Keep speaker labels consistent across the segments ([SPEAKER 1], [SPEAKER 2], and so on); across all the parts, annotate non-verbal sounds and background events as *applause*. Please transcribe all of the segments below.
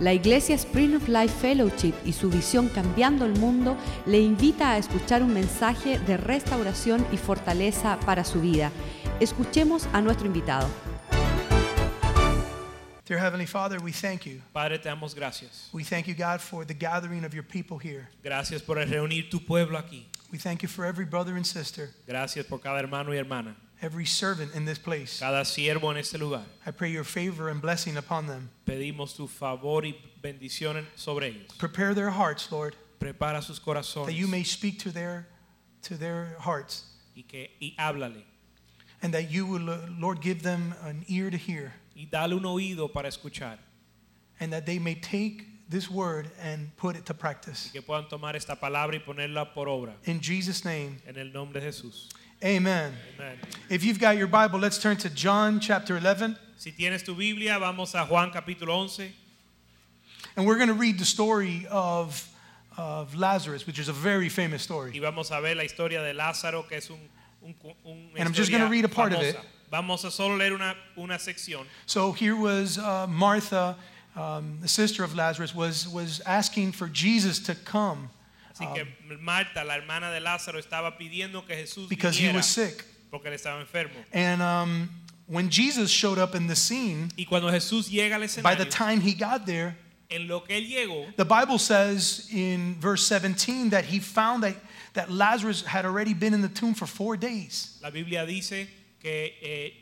[SPEAKER 1] La Iglesia Spring of Life Fellowship y su visión Cambiando el Mundo le invita a escuchar un mensaje de restauración y fortaleza para su vida. Escuchemos a nuestro invitado.
[SPEAKER 2] Dear Heavenly Father, we thank you.
[SPEAKER 3] Padre, te damos gracias.
[SPEAKER 2] We thank you, God, for the gathering of your people here.
[SPEAKER 3] Gracias por el reunir tu pueblo aquí.
[SPEAKER 2] We thank you for every brother and sister,
[SPEAKER 3] Gracias por cada hermano y hermana,
[SPEAKER 2] every servant in this place.
[SPEAKER 3] cada siervo en este lugar.
[SPEAKER 2] I pray your favor and blessing upon them.
[SPEAKER 3] Pedimos tu favor y bendiciones sobre ellos.
[SPEAKER 2] Prepare their hearts, Lord,
[SPEAKER 3] Prepara sus
[SPEAKER 2] that you
[SPEAKER 3] corazones
[SPEAKER 2] may speak to their to their hearts
[SPEAKER 3] y, que, y háblale.
[SPEAKER 2] and that you will, Lord, give them an ear to hear
[SPEAKER 3] Y dale un oído para escuchar.
[SPEAKER 2] and that they may take this word and put it to practice.
[SPEAKER 3] Que puedan tomar esta palabra y ponerla por obra.
[SPEAKER 2] In Jesus name.
[SPEAKER 3] En el nombre de Jesús.
[SPEAKER 2] Amen.
[SPEAKER 3] Amén.
[SPEAKER 2] If you've got your Bible, let's turn to John chapter 11
[SPEAKER 3] Si tienes tu Biblia, vamos a Juan capítulo 11
[SPEAKER 2] and we're going to read the story of of Lazarus, which is a very famous
[SPEAKER 3] y
[SPEAKER 2] story.
[SPEAKER 3] vamos a ver la historia de Lázaro, que es un... un, cu- un- una
[SPEAKER 2] And I'm just
[SPEAKER 3] historia
[SPEAKER 2] gonna read a part of
[SPEAKER 3] famosa.
[SPEAKER 2] it.
[SPEAKER 3] Vamos a solo leer una, una sección.
[SPEAKER 2] So here was uh, Martha, um, the sister of Lazarus, was, was asking for Jesus to come
[SPEAKER 3] Así
[SPEAKER 2] Ah.
[SPEAKER 3] que Marta, la hermana de Lázaro, estaba pidiendo que Jesús
[SPEAKER 2] because he
[SPEAKER 3] viniera
[SPEAKER 2] was sick.
[SPEAKER 3] porque él estaba enfermo.
[SPEAKER 2] And um, when Jesus showed up in the scene,
[SPEAKER 3] Y cuando Jesús llega al
[SPEAKER 2] by the
[SPEAKER 3] escenario,
[SPEAKER 2] time he got there,
[SPEAKER 3] en lo que él llegó,
[SPEAKER 2] the Bible says in verse 17 that he found that, that Lazarus had already been in the tomb for four days.
[SPEAKER 3] la Biblia dice que eh,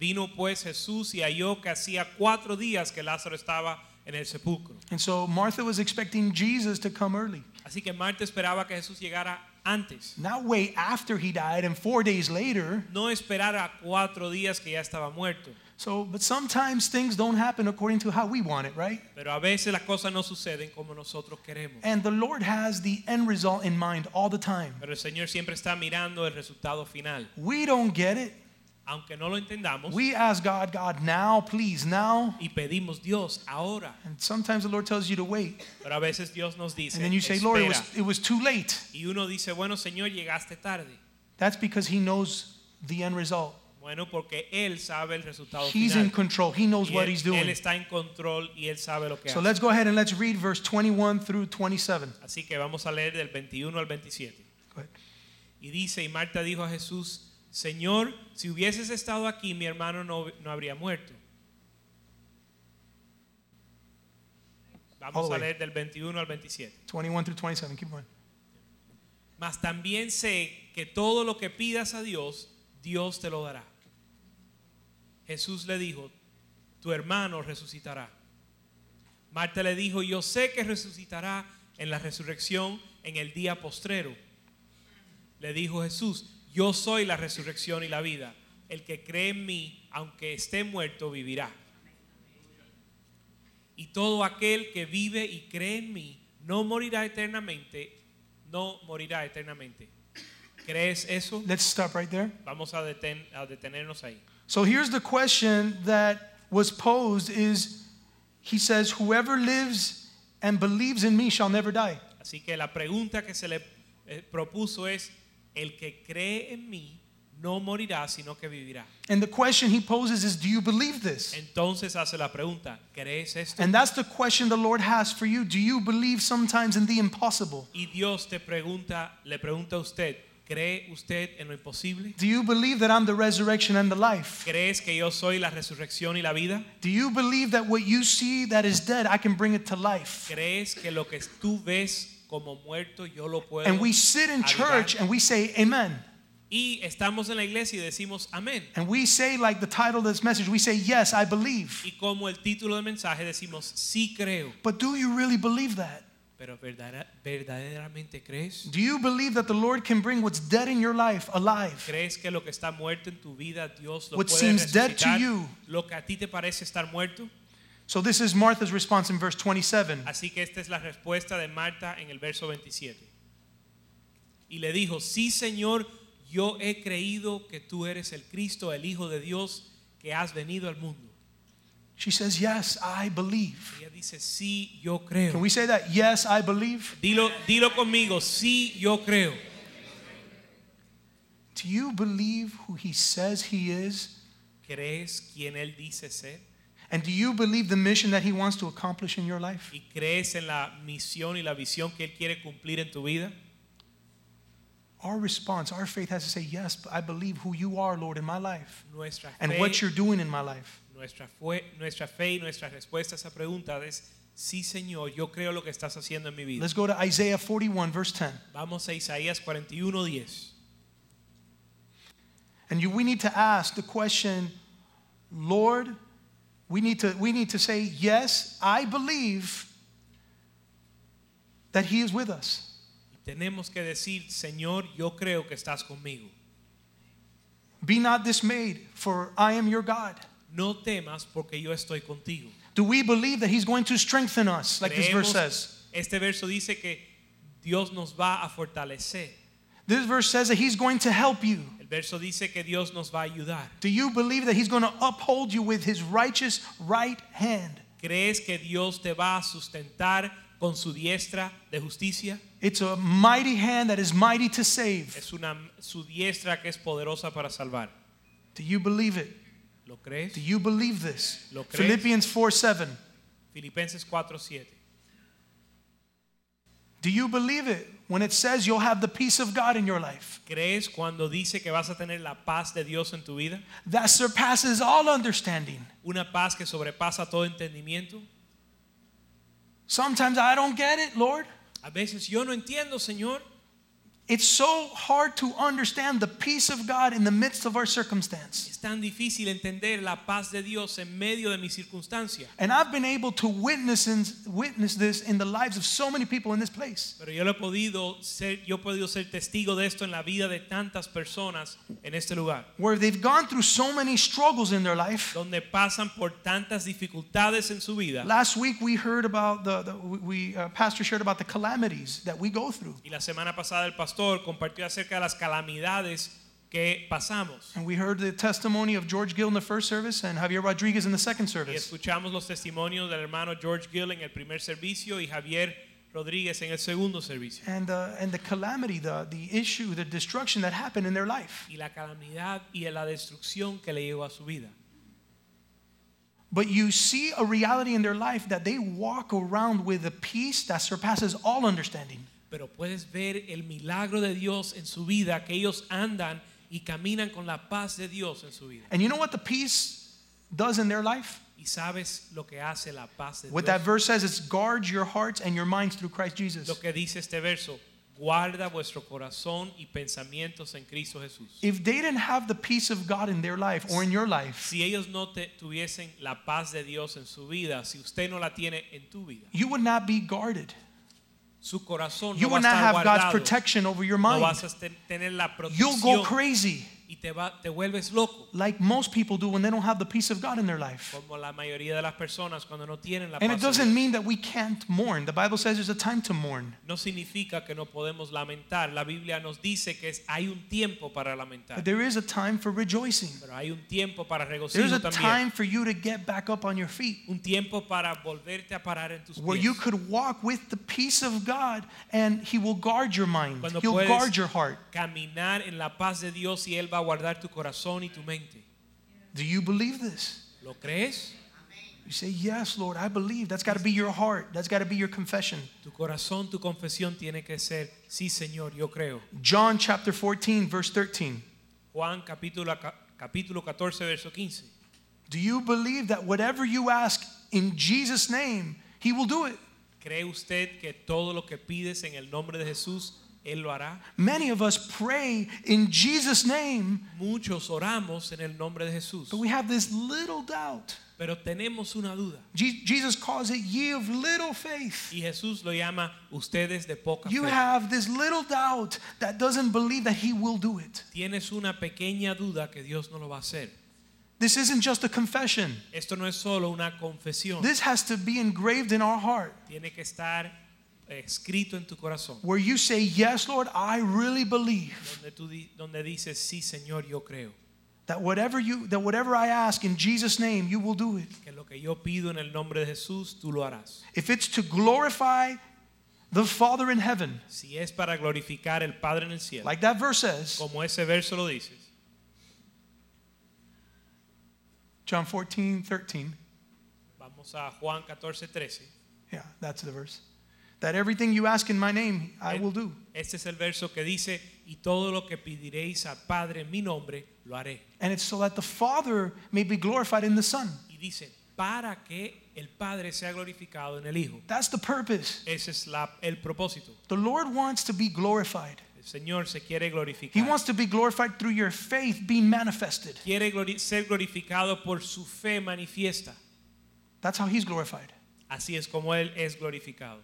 [SPEAKER 3] vino pues Jesús y halló que hacía cuatro días que Lázaro estaba en el sepulcro.
[SPEAKER 2] And so Martha was expecting Jesus to come early,
[SPEAKER 3] Así que Marta esperaba que Jesús llegara antes,
[SPEAKER 2] not way after he died and four days later.
[SPEAKER 3] no esperar a cuatro días que ya estaba muerto.
[SPEAKER 2] So, but sometimes things don't happen according to how we want it, right?
[SPEAKER 3] Pero a veces las cosas no suceden como nosotros queremos.
[SPEAKER 2] And the Lord has the end result in mind all the time.
[SPEAKER 3] Pero el Señor siempre está mirando el resultado final.
[SPEAKER 2] We don't get it.
[SPEAKER 3] Aunque no lo entendamos,
[SPEAKER 2] We ask God, God, now, please, now.
[SPEAKER 3] y pedimos Dios ahora.
[SPEAKER 2] And sometimes the Lord tells you to wait.
[SPEAKER 3] Pero a veces Dios nos dice,
[SPEAKER 2] And then you say, Lord, it was,
[SPEAKER 3] "Espera".
[SPEAKER 2] it was too late.
[SPEAKER 3] y uno dice, bueno Señor, llegaste tarde.
[SPEAKER 2] That's because He knows the end result.
[SPEAKER 3] Bueno, porque Él sabe el resultado
[SPEAKER 2] He's in
[SPEAKER 3] final.
[SPEAKER 2] control. He knows
[SPEAKER 3] Y
[SPEAKER 2] what
[SPEAKER 3] él,
[SPEAKER 2] He's
[SPEAKER 3] él
[SPEAKER 2] doing.
[SPEAKER 3] está en control y Él sabe lo que
[SPEAKER 2] So
[SPEAKER 3] hace.
[SPEAKER 2] let's go ahead and let's read verse 21 through 27.
[SPEAKER 3] Así que vamos a leer del 21 al 27.
[SPEAKER 2] Go ahead.
[SPEAKER 3] Y dice, y Marta dijo a Jesús, Señor, si hubieses estado aquí, mi hermano no, no habría muerto.
[SPEAKER 2] All
[SPEAKER 3] Vamos
[SPEAKER 2] the
[SPEAKER 3] a
[SPEAKER 2] way.
[SPEAKER 3] leer del 21 al 27.
[SPEAKER 2] 21 through 27. Keep going.
[SPEAKER 3] Mas también sé que todo lo que pidas a Dios, Dios te lo dará. Jesús le dijo, tu hermano resucitará. Marta le dijo, yo sé que resucitará en la resurrección en el día postrero. Le dijo Jesús, yo soy la resurrección y la vida. El que cree en mí, aunque esté muerto, vivirá. Y todo aquel que vive y cree en mí, no morirá eternamente, no morirá eternamente. ¿Crees eso?
[SPEAKER 2] Let's stop right there.
[SPEAKER 3] Vamos a, deten- a detenernos ahí.
[SPEAKER 2] So here's the question that was posed is he says whoever lives and believes in me shall never die.
[SPEAKER 3] Así que la pregunta que se le eh, propuso es, el que cree en mí no morirá, sino que vivirá.
[SPEAKER 2] And the question he poses is do you believe this?
[SPEAKER 3] Entonces hace la pregunta, ¿crees esto?
[SPEAKER 2] And that's the question the Lord has for you. Do you believe sometimes in the impossible?
[SPEAKER 3] Y Dios te pregunta, le pregunta a usted, ¿cree usted en lo imposible?
[SPEAKER 2] Do you believe that I'm the resurrection and the life?
[SPEAKER 3] ¿Crees que yo soy la resurrección y la vida?
[SPEAKER 2] Do you believe that what you see that is dead, I can bring it to life?
[SPEAKER 3] ¿Crees que lo que tú ves como muerto yo lo puedo?
[SPEAKER 2] And we sit in church and we say amen.
[SPEAKER 3] y estamos en la iglesia y decimos amén.
[SPEAKER 2] And we say like the title of this message, we say yes, I believe.
[SPEAKER 3] Y como el título del mensaje decimos sí creo,
[SPEAKER 2] But do you really believe that?
[SPEAKER 3] pero verdadera- verdaderamente crees?
[SPEAKER 2] Do you believe that the Lord can bring what's dead in your life alive?
[SPEAKER 3] ¿Crees que lo que está muerto en tu vida Dios lo
[SPEAKER 2] What
[SPEAKER 3] puede
[SPEAKER 2] seems dead to
[SPEAKER 3] resucitar?
[SPEAKER 2] you.
[SPEAKER 3] Lo que a ti te parece estar muerto.
[SPEAKER 2] So this is Martha's response in verse 27.
[SPEAKER 3] Así que esta es la respuesta de Marta en el verso 27. Y le dijo, sí Señor, yo he creído que tú eres el Cristo, el Hijo de Dios, que has venido al mundo.
[SPEAKER 2] She says, "Yes, I believe."
[SPEAKER 3] Ella dice, sí, yo
[SPEAKER 2] Can
[SPEAKER 3] creo.
[SPEAKER 2] we say that? Yes, I believe.
[SPEAKER 3] Dilo, dilo conmigo, sí, yo creo.
[SPEAKER 2] Do you believe who he says he is?
[SPEAKER 3] ¿Crees quien Él dice ser?
[SPEAKER 2] And do you believe the mission that He wants to accomplish in your life?
[SPEAKER 3] ¿Y crees en la misión y la visión que Él quiere cumplir en tu vida?
[SPEAKER 2] Our response, our faith has to say, Yes, I believe who you are, Lord, in my life
[SPEAKER 3] Nuestra fe,
[SPEAKER 2] and what you're doing in my life.
[SPEAKER 3] nuestra, fue- nuestra fe y nuestra respuesta a esa pregunta es, sí Señor, yo creo lo que estás haciendo en mi vida.
[SPEAKER 2] Let's go to Isaiah 41, verse 10.
[SPEAKER 3] Vamos a Isaías 41.10.
[SPEAKER 2] And you, we need to ask the question, Lord, we need, to, we need to say, Yes, I believe that He is with us.
[SPEAKER 3] Y Tenemos que decir, Señor, yo creo que estás conmigo.
[SPEAKER 2] Be not dismayed, for I am your God.
[SPEAKER 3] No temas porque yo estoy contigo.
[SPEAKER 2] Do we believe that He's going to strengthen us, like this verse
[SPEAKER 3] Creemos-
[SPEAKER 2] says?
[SPEAKER 3] Este verso dice que Dios nos va a fortalecer.
[SPEAKER 2] This verse says that He's going to help you.
[SPEAKER 3] El verso dice que Dios nos va a ayudar.
[SPEAKER 2] Do you believe that He's going to uphold you with His righteous right hand?
[SPEAKER 3] ¿Crees que Dios te va a sustentar con su diestra de justicia?
[SPEAKER 2] It's a mighty hand that is mighty to save.
[SPEAKER 3] Es una su diestra que es poderosa para salvar.
[SPEAKER 2] Do you believe it?
[SPEAKER 3] ¿Lo
[SPEAKER 2] Do
[SPEAKER 3] crees?
[SPEAKER 2] you believe this?
[SPEAKER 3] Lo crees?
[SPEAKER 2] Philippians 4 7.
[SPEAKER 3] Filipenses 4:7.
[SPEAKER 2] Do you believe it when it says you'll have the peace of God in your life
[SPEAKER 3] ¿Crees cuando dice que vas a tener la paz de Dios en tu vida?
[SPEAKER 2] that surpasses all understanding?
[SPEAKER 3] Una paz que sobrepasa todo entendimiento.
[SPEAKER 2] Sometimes I don't get it, Lord.
[SPEAKER 3] A veces yo no entiendo, Señor.
[SPEAKER 2] It's so hard to understand the peace of God in the midst of our circumstance.
[SPEAKER 3] Es tan difícil entender la paz de Dios en medio de mi circunstancia.
[SPEAKER 2] And I've been able to witness, in, witness this in the lives of so many people in this place.
[SPEAKER 3] Pero yo lo he podido ser, yo he podido ser testigo de esto en la vida de tantas personas en este lugar.
[SPEAKER 2] where they've gone through so many struggles in their life.
[SPEAKER 3] donde pasan por tantas dificultades en su vida.
[SPEAKER 2] Last week we heard about the, the we uh, pastor shared about the calamities that we go through,
[SPEAKER 3] Y la semana pasada el pastor compartió acerca de las calamidades que pasamos.
[SPEAKER 2] and we heard the testimony of George Gill in the first service and Javier Rodriguez in the second
[SPEAKER 3] Y
[SPEAKER 2] service.
[SPEAKER 3] escuchamos los testimonios del hermano George Gill en el primer servicio y Javier Rodríguez en el segundo servicio.
[SPEAKER 2] And uh, and the calamity, the the issue, the destruction that happened in their life.
[SPEAKER 3] Y la calamidad y la destrucción que le llegó a su vida.
[SPEAKER 2] But you see a reality in their life that they walk around with a peace that surpasses all understanding.
[SPEAKER 3] Pero puedes ver el milagro de Dios en su vida, que ellos andan y caminan con la paz de Dios en su vida.
[SPEAKER 2] And you know what the peace does in their life?
[SPEAKER 3] Y sabes lo que hace la paz de
[SPEAKER 2] What
[SPEAKER 3] Dios.
[SPEAKER 2] that verse says is guard your hearts and your minds through Christ Jesus.
[SPEAKER 3] lo que dice este verso, guarda vuestro corazón y pensamientos en Cristo Jesús.
[SPEAKER 2] if they didn't have the peace of God in their life or in your life,
[SPEAKER 3] Si ellos no te tuviesen la paz de Dios en su vida, si usted no la tiene en tu vida,
[SPEAKER 2] you would not be guarded.
[SPEAKER 3] su corazón
[SPEAKER 2] You
[SPEAKER 3] no va a
[SPEAKER 2] would not
[SPEAKER 3] estar
[SPEAKER 2] have God's
[SPEAKER 3] guardado.
[SPEAKER 2] protection over your
[SPEAKER 3] No
[SPEAKER 2] mind.
[SPEAKER 3] vas a te- tener la
[SPEAKER 2] You'll go
[SPEAKER 3] protección
[SPEAKER 2] crazy
[SPEAKER 3] y te va- te vuelves loco,
[SPEAKER 2] like most people do when they don't have the peace of God in their life.
[SPEAKER 3] como la mayoría de las personas cuando no tienen la
[SPEAKER 2] And it
[SPEAKER 3] paz. de
[SPEAKER 2] doesn't
[SPEAKER 3] Dios.
[SPEAKER 2] mean that we can't mourn. The Bible says there's a time to mourn.
[SPEAKER 3] No significa que no podemos lamentar. La Biblia nos dice que es, hay un tiempo para lamentar,
[SPEAKER 2] But there is a time for rejoicing.
[SPEAKER 3] pero hay un tiempo para
[SPEAKER 2] There's
[SPEAKER 3] regocijo
[SPEAKER 2] a
[SPEAKER 3] también.
[SPEAKER 2] time for you to get back up on your feet
[SPEAKER 3] Un tiempo para volverte a parar en tus
[SPEAKER 2] where
[SPEAKER 3] pies.
[SPEAKER 2] you could walk with the peace of God and He will guard your mind.
[SPEAKER 3] Cuando
[SPEAKER 2] He'll
[SPEAKER 3] puedes-
[SPEAKER 2] guard your heart.
[SPEAKER 3] caminar en la paz de Dios y Él va a guardar tu corazón y tu mente.
[SPEAKER 2] Do you believe this?
[SPEAKER 3] ¿Lo crees?
[SPEAKER 2] You say, Yes, Lord, I believe. That's got to be your heart. That's got to be your confession.
[SPEAKER 3] Tu corazón, tu confesión tiene que ser, sí Señor, yo creo.
[SPEAKER 2] John chapter 14, verse 13.
[SPEAKER 3] Juan capítulo, ca- capítulo 14, verso 15.
[SPEAKER 2] Do you believe that whatever you ask in Jesus' name, He will do it?
[SPEAKER 3] ¿Cree usted que todo lo que pides en el nombre de Jesús, Él lo hará?
[SPEAKER 2] Many of us pray in Jesus' name,
[SPEAKER 3] Muchos oramos en el nombre de Jesús,
[SPEAKER 2] but we have this little doubt.
[SPEAKER 3] pero tenemos una duda.
[SPEAKER 2] Je- Jesus calls it ye of little faith.
[SPEAKER 3] Y Jesús lo llama ustedes de poca
[SPEAKER 2] You
[SPEAKER 3] fe.
[SPEAKER 2] have this little doubt that doesn't believe that He will do it.
[SPEAKER 3] Tienes una pequeña duda que Dios no lo va a hacer.
[SPEAKER 2] This isn't just a confession,
[SPEAKER 3] Esto no es solo una confesión.
[SPEAKER 2] this has to be engraved in our heart.
[SPEAKER 3] tiene que estar eh, escrito en tu corazón,
[SPEAKER 2] where you say, Yes, Lord, I really believe
[SPEAKER 3] donde tú di- donde dices, sí Señor, yo creo,
[SPEAKER 2] that whatever you that whatever I ask in Jesus' name, you will do it.
[SPEAKER 3] que lo que yo pido en el nombre de Jesús, tú lo harás.
[SPEAKER 2] If it's to glorify the Father in heaven,
[SPEAKER 3] Si es para glorificar el Padre en el cielo,
[SPEAKER 2] like that verse says,
[SPEAKER 3] como ese verso lo dices,
[SPEAKER 2] John 14, 13.
[SPEAKER 3] Vamos a Juan 14, 13.
[SPEAKER 2] Yeah, that's the verse. That everything you ask in my name, I will do.
[SPEAKER 3] Este es el verso que dice, y todo lo que pediréis al Padre en mi nombre, lo haré.
[SPEAKER 2] And it's so that the Father may be glorified in the Son.
[SPEAKER 3] Y dice, para que el Padre sea glorificado en el Hijo.
[SPEAKER 2] That's the purpose.
[SPEAKER 3] Ese es la- el propósito.
[SPEAKER 2] The Lord wants to be glorified.
[SPEAKER 3] El Señor se quiere
[SPEAKER 2] He
[SPEAKER 3] glorificar.
[SPEAKER 2] wants to be glorified through your faith being manifested.
[SPEAKER 3] Quiere glori- ser glorificado por su fe manifiesta.
[SPEAKER 2] That's how He's glorified.
[SPEAKER 3] Así es como Él es glorificado.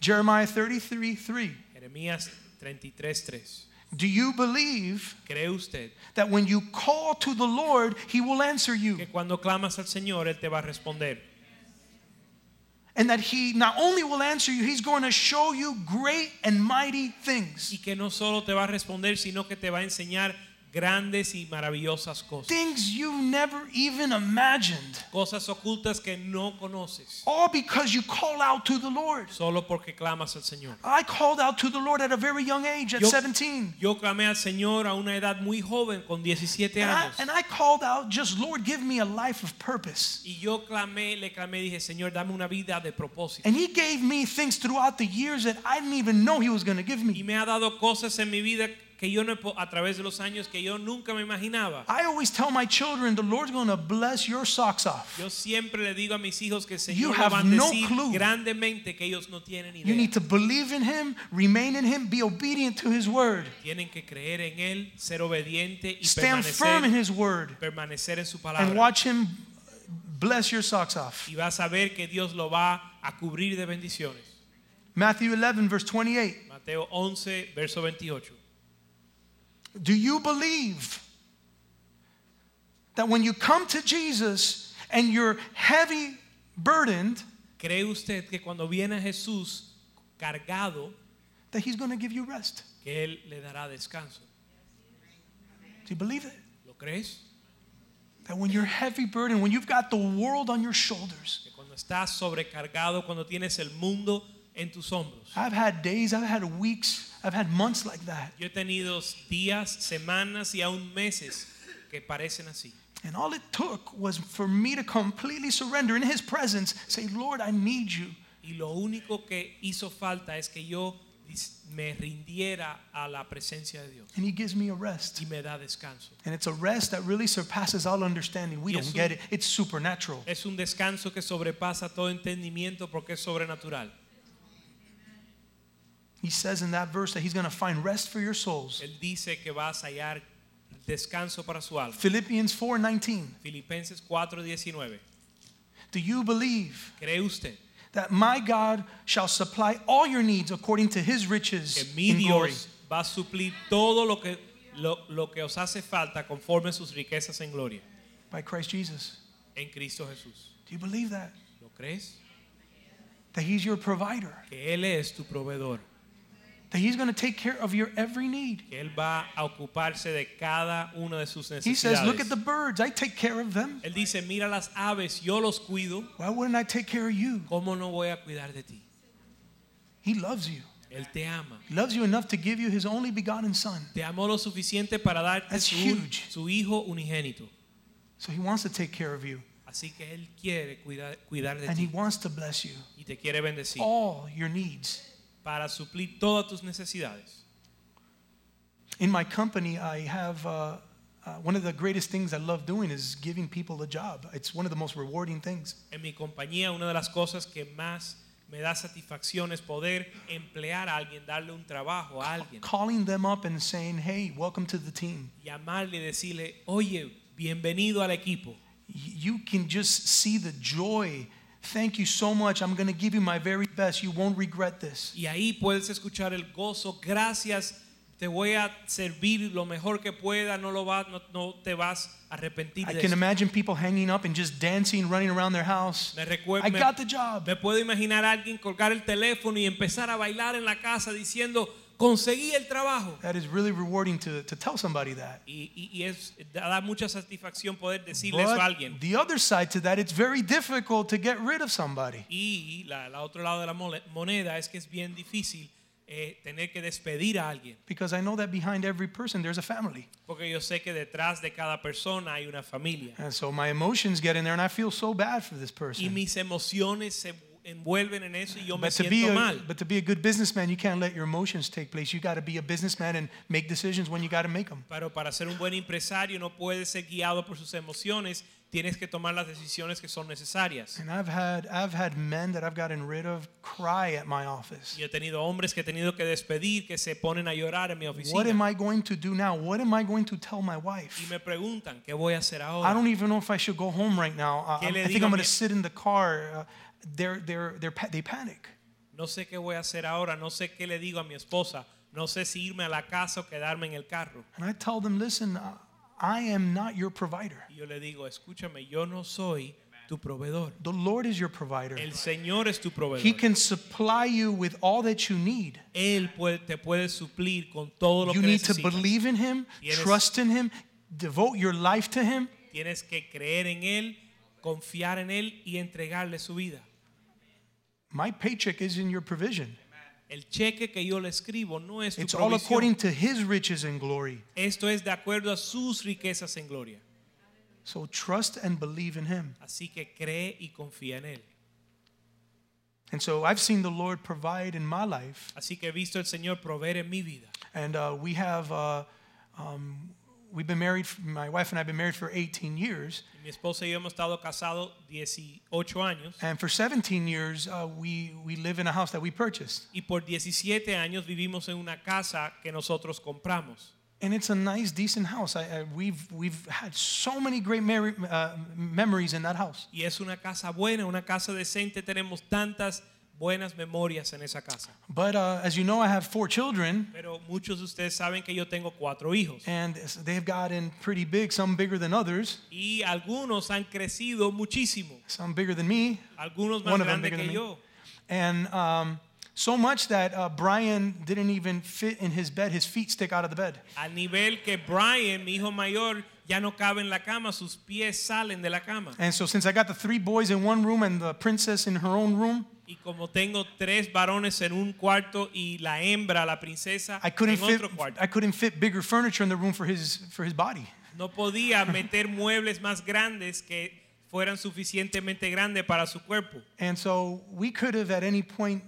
[SPEAKER 2] Jeremiah 33 3.
[SPEAKER 3] Jeremías 33, 3.
[SPEAKER 2] Do you believe
[SPEAKER 3] ¿Cree usted
[SPEAKER 2] that when you call to the Lord, He will answer you?
[SPEAKER 3] que cuando clamas al Señor, Él te va a responder?
[SPEAKER 2] And that He not only will answer you, He's going to show you great and mighty things.
[SPEAKER 3] Y que no solo te va a responder, sino que te va a enseñar grandes y maravillosas cosas.
[SPEAKER 2] Things you never even imagined.
[SPEAKER 3] Cosas ocultas que no conoces.
[SPEAKER 2] All because you call out to the Lord.
[SPEAKER 3] Solo porque clamas al Señor.
[SPEAKER 2] I called out to the Lord at a very young age, at
[SPEAKER 3] Yo-
[SPEAKER 2] 17.
[SPEAKER 3] Yo clamé al Señor a una edad muy joven, con 17
[SPEAKER 2] And I,
[SPEAKER 3] años.
[SPEAKER 2] Ah, and I called out, just Lord, give me a life of purpose.
[SPEAKER 3] Y yo clamé, le clamé, dije, Señor, dame una vida de propósito.
[SPEAKER 2] And He gave me things throughout the years that I didn't even know He was going to give
[SPEAKER 3] Y
[SPEAKER 2] me.
[SPEAKER 3] me ha dado cosas en mi vida que yo no he po- a través de los años que yo nunca me imaginaba.
[SPEAKER 2] I always tell my children, the Lord's going to bless your socks off.
[SPEAKER 3] Yo siempre le digo a mis hijos que el
[SPEAKER 2] You
[SPEAKER 3] Señor va
[SPEAKER 2] have
[SPEAKER 3] a bendecir
[SPEAKER 2] no clue.
[SPEAKER 3] grandemente que ellos no tienen
[SPEAKER 2] You
[SPEAKER 3] idea.
[SPEAKER 2] need to believe in Him, remain in Him, be obedient to His word,
[SPEAKER 3] Tienen que creer en él, ser obediente y
[SPEAKER 2] stand firm in
[SPEAKER 3] permanecer,
[SPEAKER 2] His word,
[SPEAKER 3] permanecer en su
[SPEAKER 2] and
[SPEAKER 3] palabra.
[SPEAKER 2] watch Him bless your socks off.
[SPEAKER 3] Y vas a ver que Dios lo va a cubrir de bendiciones.
[SPEAKER 2] Matthew 11, verse 28.
[SPEAKER 3] Mateo 11, verso 28.
[SPEAKER 2] Do you believe that when you come to Jesus and you're heavy burdened,
[SPEAKER 3] ¿Cree usted que cuando viene a Jesús cargado,
[SPEAKER 2] that He's going to give you rest?
[SPEAKER 3] que Él le dará descanso?
[SPEAKER 2] Do you believe it?
[SPEAKER 3] ¿Lo crees?
[SPEAKER 2] That when you're heavy burdened, when you've got the world on your shoulders,
[SPEAKER 3] Que cuando estás sobrecargado, cuando tienes el mundo en tus hombros.
[SPEAKER 2] I've had days, I've had weeks, I've had months like that.
[SPEAKER 3] Yo he tenido días, semanas y aún meses que parecen así.
[SPEAKER 2] And all it took was for me to completely surrender in His presence, say, Lord, I need you.
[SPEAKER 3] Y lo único que hizo falta es que yo dis- me rindiera a la presencia de Dios
[SPEAKER 2] And He gives me a rest.
[SPEAKER 3] y me da descanso.
[SPEAKER 2] And it's a rest that really surpasses all understanding. We
[SPEAKER 3] Y es
[SPEAKER 2] don't
[SPEAKER 3] un-
[SPEAKER 2] get it, it's supernatural.
[SPEAKER 3] Es un descanso que sobrepasa todo entendimiento porque es sobrenatural.
[SPEAKER 2] He says in that verse that He's going to find rest for your souls.
[SPEAKER 3] Él dice que vas a hallar descanso para su alma.
[SPEAKER 2] Philippians 4:19.
[SPEAKER 3] Filipenses 4:19.
[SPEAKER 2] Do you believe
[SPEAKER 3] ¿Cree usted
[SPEAKER 2] that my God shall supply all your needs according to his
[SPEAKER 3] que
[SPEAKER 2] riches
[SPEAKER 3] mi
[SPEAKER 2] in glory?
[SPEAKER 3] Dios va a suplir todo lo que, lo, lo que os hace falta conforme a sus riquezas en gloria
[SPEAKER 2] By Christ Jesus.
[SPEAKER 3] en Cristo Jesús?
[SPEAKER 2] Do you believe that?
[SPEAKER 3] ¿Lo crees?
[SPEAKER 2] That he's your provider.
[SPEAKER 3] Que Él es tu proveedor,
[SPEAKER 2] That he's going to take care of your every need.
[SPEAKER 3] que Él va a ocuparse de cada una de sus
[SPEAKER 2] He says, "Look
[SPEAKER 3] necesidades.
[SPEAKER 2] at the birds. I take care of them.
[SPEAKER 3] Él dice, mira las aves, yo los cuido,
[SPEAKER 2] Why wouldn't I take care of you?"
[SPEAKER 3] ¿cómo no voy a cuidar de ti?
[SPEAKER 2] He loves you.
[SPEAKER 3] Él te ama.
[SPEAKER 2] He loves you enough to give you his only begotten son.
[SPEAKER 3] Te amó lo suficiente para darte
[SPEAKER 2] That's
[SPEAKER 3] su,
[SPEAKER 2] huge.
[SPEAKER 3] su hijo unigénito.
[SPEAKER 2] So he wants to take care of you
[SPEAKER 3] Así que Él quiere cuidar, cuidar de
[SPEAKER 2] and Oh. he
[SPEAKER 3] ti
[SPEAKER 2] wants to bless you
[SPEAKER 3] y te quiere bendecir
[SPEAKER 2] all your needs.
[SPEAKER 3] para suplir todas tus necesidades.
[SPEAKER 2] In my company, I have uh, uh, one of the greatest things I love doing is giving people a job. It's one of the most rewarding things.
[SPEAKER 3] En mi compañía, una de las cosas que más me da satisfacción es poder emplear a alguien, darle un trabajo a alguien,
[SPEAKER 2] Calling them up and saying, hey, welcome to the team.
[SPEAKER 3] llamarle y decirle, oye, bienvenido al equipo.
[SPEAKER 2] Y- You can just see the joy. Thank you so much. I'm going to give you my very best. You won't regret this.
[SPEAKER 3] Y ahí puedes escuchar el gozo, gracias, te voy a servir lo mejor que pueda, no, lo va, no, no te vas a arrepentir
[SPEAKER 2] I
[SPEAKER 3] de
[SPEAKER 2] can
[SPEAKER 3] eso.
[SPEAKER 2] imagine people hanging up and just dancing, running around their house.
[SPEAKER 3] Me
[SPEAKER 2] I
[SPEAKER 3] recuerdo,
[SPEAKER 2] got the job.
[SPEAKER 3] Me puedo imaginar a alguien colgar el teléfono y empezar a bailar en la casa diciendo, conseguí el trabajo.
[SPEAKER 2] That is really rewarding to, to tell somebody that.
[SPEAKER 3] Y, y- y es, da da mucha satisfacción poder decirle eso a alguien.
[SPEAKER 2] But the other side to that, it's very difficult to get rid of somebody.
[SPEAKER 3] Y la, la otro lado de la mole- moneda es que es bien difícil eh, tener que despedir a alguien,
[SPEAKER 2] because I know that behind every person there's a family.
[SPEAKER 3] porque yo sé que detrás de cada persona hay una familia.
[SPEAKER 2] And so my emotions get in there and I feel so bad for this
[SPEAKER 3] Y
[SPEAKER 2] person.
[SPEAKER 3] mis emociones se envuelven en eso y yo me
[SPEAKER 2] But to, be
[SPEAKER 3] siento
[SPEAKER 2] a,
[SPEAKER 3] mal.
[SPEAKER 2] but to be a good businessman, you can't let your emotions take place. You got to be a businessman and make decisions when you got to make them.
[SPEAKER 3] Pero para ser un buen empresario no puedes ser guiado por sus emociones, tienes que tomar las decisiones que son necesarias.
[SPEAKER 2] And I've had, I've had men that I've gotten rid of cry at my office.
[SPEAKER 3] Yo he tenido hombres que he tenido que despedir, que se ponen a llorar en mi
[SPEAKER 2] What am
[SPEAKER 3] oficina
[SPEAKER 2] I going to do now? What am I going to tell my
[SPEAKER 3] y
[SPEAKER 2] wife?
[SPEAKER 3] me preguntan, ¿qué voy a hacer
[SPEAKER 2] I
[SPEAKER 3] ahora?
[SPEAKER 2] don't even know if I should go home right now. I,
[SPEAKER 3] ¿Qué le
[SPEAKER 2] I think
[SPEAKER 3] digo
[SPEAKER 2] I'm
[SPEAKER 3] a
[SPEAKER 2] going
[SPEAKER 3] mi-
[SPEAKER 2] to sit in the car. Uh, they're, they're, they're pa- they panic.
[SPEAKER 3] No sé qué voy a hacer ahora, no sé qué le digo a mi esposa, no sé si irme a la casa o quedarme en el carro.
[SPEAKER 2] And I tell them, listen, uh, I am not your provider.
[SPEAKER 3] Y yo le digo, escúchame, yo no soy tu proveedor.
[SPEAKER 2] The Lord is your provider.
[SPEAKER 3] El Señor es tu
[SPEAKER 2] He
[SPEAKER 3] proveedor.
[SPEAKER 2] can supply you with all that you need.
[SPEAKER 3] Él puede- te puede suplir con todo lo
[SPEAKER 2] You
[SPEAKER 3] que
[SPEAKER 2] need to
[SPEAKER 3] necesitas.
[SPEAKER 2] believe in Him,
[SPEAKER 3] Tienes-
[SPEAKER 2] trust in Him, devote your life to Him.
[SPEAKER 3] Tienes que creer en Él, confiar en Él y entregarle su vida.
[SPEAKER 2] My paycheck is in your provision.
[SPEAKER 3] El cheque que yo le escribo no es tu
[SPEAKER 2] It's all
[SPEAKER 3] provisión.
[SPEAKER 2] according to His riches and glory.
[SPEAKER 3] Esto es de acuerdo a sus riquezas en gloria.
[SPEAKER 2] So trust and believe in Him.
[SPEAKER 3] Así que cree y confía en Él.
[SPEAKER 2] And so I've seen the Lord provide in my life.
[SPEAKER 3] Así que he visto al Señor proveer en mi vida.
[SPEAKER 2] And uh, we have, uh, um, we've been married, my wife and I have been married for 18 years.
[SPEAKER 3] Y Mi esposa y yo hemos estado casados 18 años
[SPEAKER 2] And for 17 years, uh, we, we live in a house that we purchased.
[SPEAKER 3] y por 17 años vivimos en una casa que nosotros compramos.
[SPEAKER 2] And it's a nice, decent house. I, I, we've, we've had so many great meri- uh, memories in that house.
[SPEAKER 3] Y es una casa buena, una casa decente. Tenemos tantas buenas memorias en esa casa.
[SPEAKER 2] But uh, as you know, I have four children,
[SPEAKER 3] Pero muchos de ustedes saben que yo tengo cuatro hijos.
[SPEAKER 2] and they've gotten pretty big, some bigger than others,
[SPEAKER 3] Y algunos han crecido muchísimo.
[SPEAKER 2] some bigger than me.
[SPEAKER 3] Algunos
[SPEAKER 2] One
[SPEAKER 3] más
[SPEAKER 2] of them
[SPEAKER 3] grandes
[SPEAKER 2] bigger
[SPEAKER 3] que
[SPEAKER 2] than me.
[SPEAKER 3] yo.
[SPEAKER 2] And um, so much that uh, Brian didn't even fit in his bed. His feet stick out of the bed.
[SPEAKER 3] Al nivel que Brian, mi hijo mayor, ya no cabe en la cama, sus pies salen de la cama.
[SPEAKER 2] And so, since I got the three boys in one room and the princess in her own room,
[SPEAKER 3] Y como tengo tres varones en un cuarto y la hembra, la princesa,
[SPEAKER 2] I couldn't
[SPEAKER 3] en
[SPEAKER 2] fit.
[SPEAKER 3] otro cuarto,
[SPEAKER 2] I couldn't fit bigger furniture in the room for his for his body.
[SPEAKER 3] no podía meter muebles más grandes que fueran suficientemente grandes para su cuerpo.
[SPEAKER 2] And so we could have at any point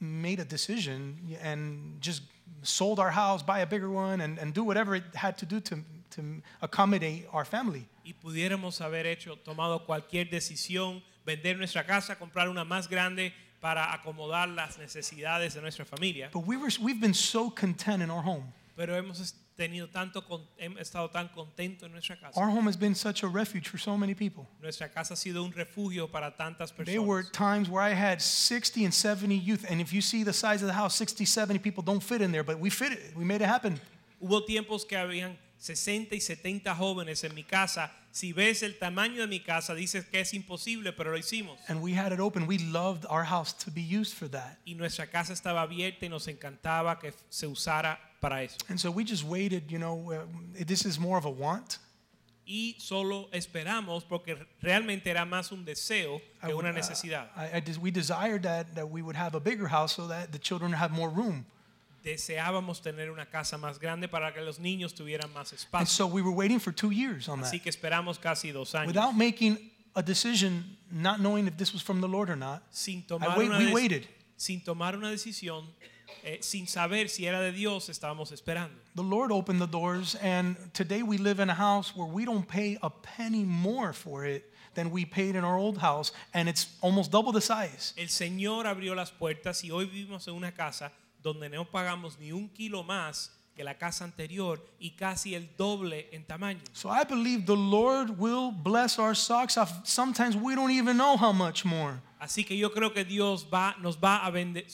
[SPEAKER 2] made a decision and just sold our house, buy a bigger one, and, and do whatever it had to do to, to accommodate our family.
[SPEAKER 3] Y pudiéramos haber hecho, tomado cualquier decisión, vender nuestra casa, comprar una más grande para acomodar las necesidades de nuestra familia.
[SPEAKER 2] But we were, we've been so content in our home.
[SPEAKER 3] Pero hemos es- tenido tanto, con- hem- estado tan contento en nuestra casa.
[SPEAKER 2] Our home has been such a refuge for so many people.
[SPEAKER 3] Nuestra casa ha sido un refugio para tantas
[SPEAKER 2] There were
[SPEAKER 3] personas.
[SPEAKER 2] times where I had 60 and 70 youth, and if you see the size of the house, 60, 70 people don't fit in there, but we fit it. We made it happen.
[SPEAKER 3] Hubo tiempos que habían 60 y 70 jóvenes en mi casa. Si ves el tamaño de mi casa, dices que es imposible, pero lo hicimos.
[SPEAKER 2] And we had it open. We loved our house to be used for that.
[SPEAKER 3] Y nuestra casa estaba abierta y nos encantaba que f- se usara para eso.
[SPEAKER 2] And so we just waited, you know, uh, this is more of a want.
[SPEAKER 3] Y solo esperamos porque realmente era más un deseo
[SPEAKER 2] I
[SPEAKER 3] que
[SPEAKER 2] would-
[SPEAKER 3] una
[SPEAKER 2] uh,
[SPEAKER 3] necesidad.
[SPEAKER 2] I, I des- we desired that, that we would have a bigger house so that the children have more room.
[SPEAKER 3] Deseábamos tener una casa más grande para que los niños tuvieran más
[SPEAKER 2] And
[SPEAKER 3] espacio.
[SPEAKER 2] so we were waiting for two years on that
[SPEAKER 3] Así que esperamos casi dos años.
[SPEAKER 2] without making a decision, not knowing if this was from the Lord or not.
[SPEAKER 3] sin tomar,
[SPEAKER 2] wait-
[SPEAKER 3] una
[SPEAKER 2] we
[SPEAKER 3] dec-
[SPEAKER 2] waited.
[SPEAKER 3] sin tomar una decisión, eh, sin saber si era de Dios, estábamos esperando.
[SPEAKER 2] The Lord opened the doors, and today we live in a house where we don't pay a penny more for it than we paid in our old house, and it's almost double the size.
[SPEAKER 3] El Señor abrió las puertas y hoy vivimos en una casa donde no pagamos ni un kilo más que la casa anterior y casi el doble en tamaño.
[SPEAKER 2] So I believe the Lord will bless our socks off. Sometimes we don't even know how much more.
[SPEAKER 3] Así que yo creo que Dios va, nos va a bende-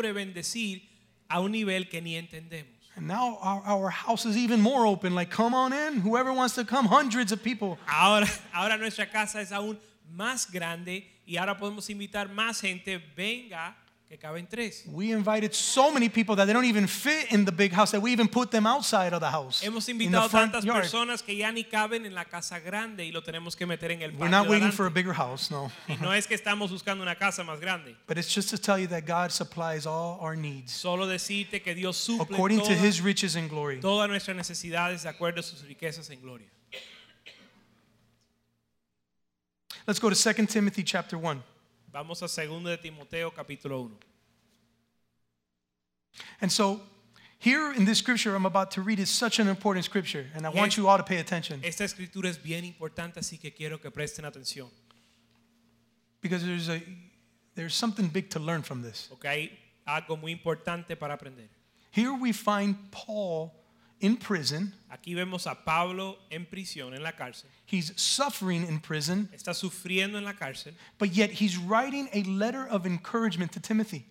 [SPEAKER 3] sobrebendecir a un nivel que ni entendemos.
[SPEAKER 2] And now our, our house is even more open. Like, come on in. Whoever wants to come, hundreds of people.
[SPEAKER 3] Ahora, *laughs* ahora nuestra casa es aún más grande y ahora podemos invitar más gente. Venga, que caben tres.
[SPEAKER 2] We invited so many people that they don't even fit in the big house that we even put them outside of the house.
[SPEAKER 3] Hemos
[SPEAKER 2] in the
[SPEAKER 3] invitado
[SPEAKER 2] front
[SPEAKER 3] tantas
[SPEAKER 2] yard.
[SPEAKER 3] personas que ya ni caben en la casa grande y lo tenemos que meter en el
[SPEAKER 2] We're
[SPEAKER 3] patio.
[SPEAKER 2] not waiting
[SPEAKER 3] delante.
[SPEAKER 2] for a bigger house, no.
[SPEAKER 3] Y no es que estamos buscando una casa más grande.
[SPEAKER 2] But it's just to tell you that God supplies all our needs
[SPEAKER 3] Solo decirte que Dios suple
[SPEAKER 2] according to
[SPEAKER 3] todas-
[SPEAKER 2] his riches and glory.
[SPEAKER 3] todas nuestras necesidades de acuerdo a sus riquezas en gloria.
[SPEAKER 2] Let's go to 2 Timothy chapter 1.
[SPEAKER 3] Vamos a 2 de Timoteo capítulo 1.
[SPEAKER 2] And so here in this scripture I'm about to read is such an important scripture and I want
[SPEAKER 3] Yes.
[SPEAKER 2] you all to pay attention
[SPEAKER 3] Esta escritura es bien importante, así que quiero que presten atención,
[SPEAKER 2] because there's a there's something big to learn from this.
[SPEAKER 3] porque hay algo muy importante para aprender.
[SPEAKER 2] Here we find Paul in prison.
[SPEAKER 3] Aquí vemos a Pablo en prisión, en la cárcel.
[SPEAKER 2] He's suffering in prison,
[SPEAKER 3] Está sufriendo en la cárcel
[SPEAKER 2] but yet he's writing a letter of encouragement to Timothy.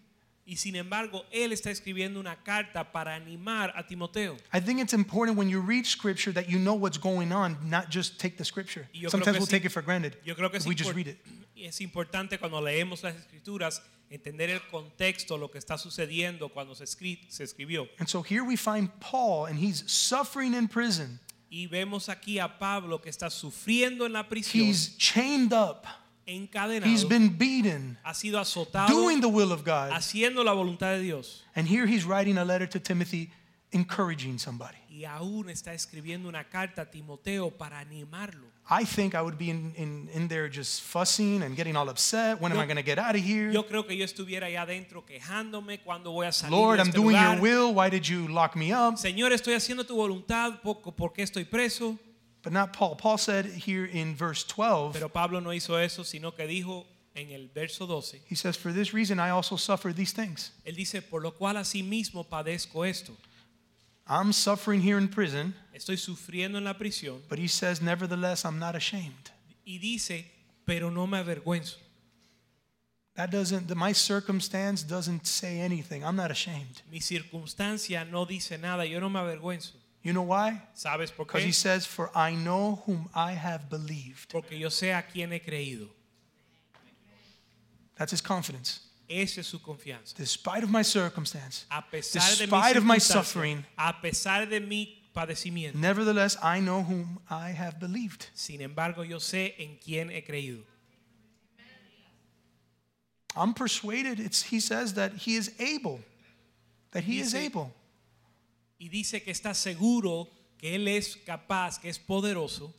[SPEAKER 3] y sin embargo él está escribiendo una carta para animar a Timoteo.
[SPEAKER 2] I think it's important when you read scripture that you know what's going on, not just take the scripture.
[SPEAKER 3] Y yo creo
[SPEAKER 2] Sometimes
[SPEAKER 3] que
[SPEAKER 2] we'll
[SPEAKER 3] sí.
[SPEAKER 2] take it for granted.
[SPEAKER 3] Yo creo que
[SPEAKER 2] if
[SPEAKER 3] es,
[SPEAKER 2] we just
[SPEAKER 3] impor-
[SPEAKER 2] read it.
[SPEAKER 3] y es importante cuando leemos las escrituras entender el contexto, lo que está sucediendo cuando se, escri- se escribió.
[SPEAKER 2] And so here we find Paul, and he's suffering in prison.
[SPEAKER 3] Y vemos aquí a Pablo que está sufriendo en la prisión,
[SPEAKER 2] He's chained up.
[SPEAKER 3] encadenado,
[SPEAKER 2] He's been beaten,
[SPEAKER 3] ha sido azotado,
[SPEAKER 2] doing the will of God.
[SPEAKER 3] haciendo la voluntad de Dios.
[SPEAKER 2] And here he's writing a letter to Timothy, encouraging somebody.
[SPEAKER 3] Y aún está escribiendo una carta a Timoteo para animarlo.
[SPEAKER 2] I think I would be in, in, in there just fussing and getting all upset. When am
[SPEAKER 3] Yo-
[SPEAKER 2] I going to get out of here?
[SPEAKER 3] Yo creo que yo estuviera allá adentro quejándome cuando voy a salir
[SPEAKER 2] Lord,
[SPEAKER 3] de
[SPEAKER 2] I'm
[SPEAKER 3] este
[SPEAKER 2] doing
[SPEAKER 3] lugar.
[SPEAKER 2] your will. Why did you lock me up?
[SPEAKER 3] Señor, estoy haciendo tu voluntad, poco porque estoy preso.
[SPEAKER 2] But not Paul. Paul said here in verse 12,
[SPEAKER 3] Pero Pablo no hizo eso, sino que dijo en el verso 12,
[SPEAKER 2] he says, For this reason I also suffer these things.
[SPEAKER 3] él dice, por lo cual asimismo padezco esto.
[SPEAKER 2] I'm suffering here in prison,
[SPEAKER 3] Estoy sufriendo en la prisión
[SPEAKER 2] but he says, Nevertheless, I'm not ashamed.
[SPEAKER 3] y dice, pero no me avergüenzo.
[SPEAKER 2] That doesn't, that my circumstance doesn't say anything. I'm not ashamed.
[SPEAKER 3] Mi circunstancia no dice nada, yo no me avergüenzo.
[SPEAKER 2] You know why?
[SPEAKER 3] ¿Sabes por
[SPEAKER 2] Because
[SPEAKER 3] qué?
[SPEAKER 2] he says, For I know whom I have believed.
[SPEAKER 3] Porque yo sé a quién he creído.
[SPEAKER 2] That's his confidence.
[SPEAKER 3] Esa es su confianza.
[SPEAKER 2] Despite of my circumstance,
[SPEAKER 3] A pesar de mi
[SPEAKER 2] Despite of my
[SPEAKER 3] circunstancia,
[SPEAKER 2] suffering.
[SPEAKER 3] a pesar de mi padecimiento,
[SPEAKER 2] nevertheless, I know whom I have believed.
[SPEAKER 3] sin embargo yo sé en quién he creído.
[SPEAKER 2] I'm persuaded, it's, he says, that he is able. That he is
[SPEAKER 3] Dice-
[SPEAKER 2] able.
[SPEAKER 3] Y dice que está seguro que él es capaz, que es poderoso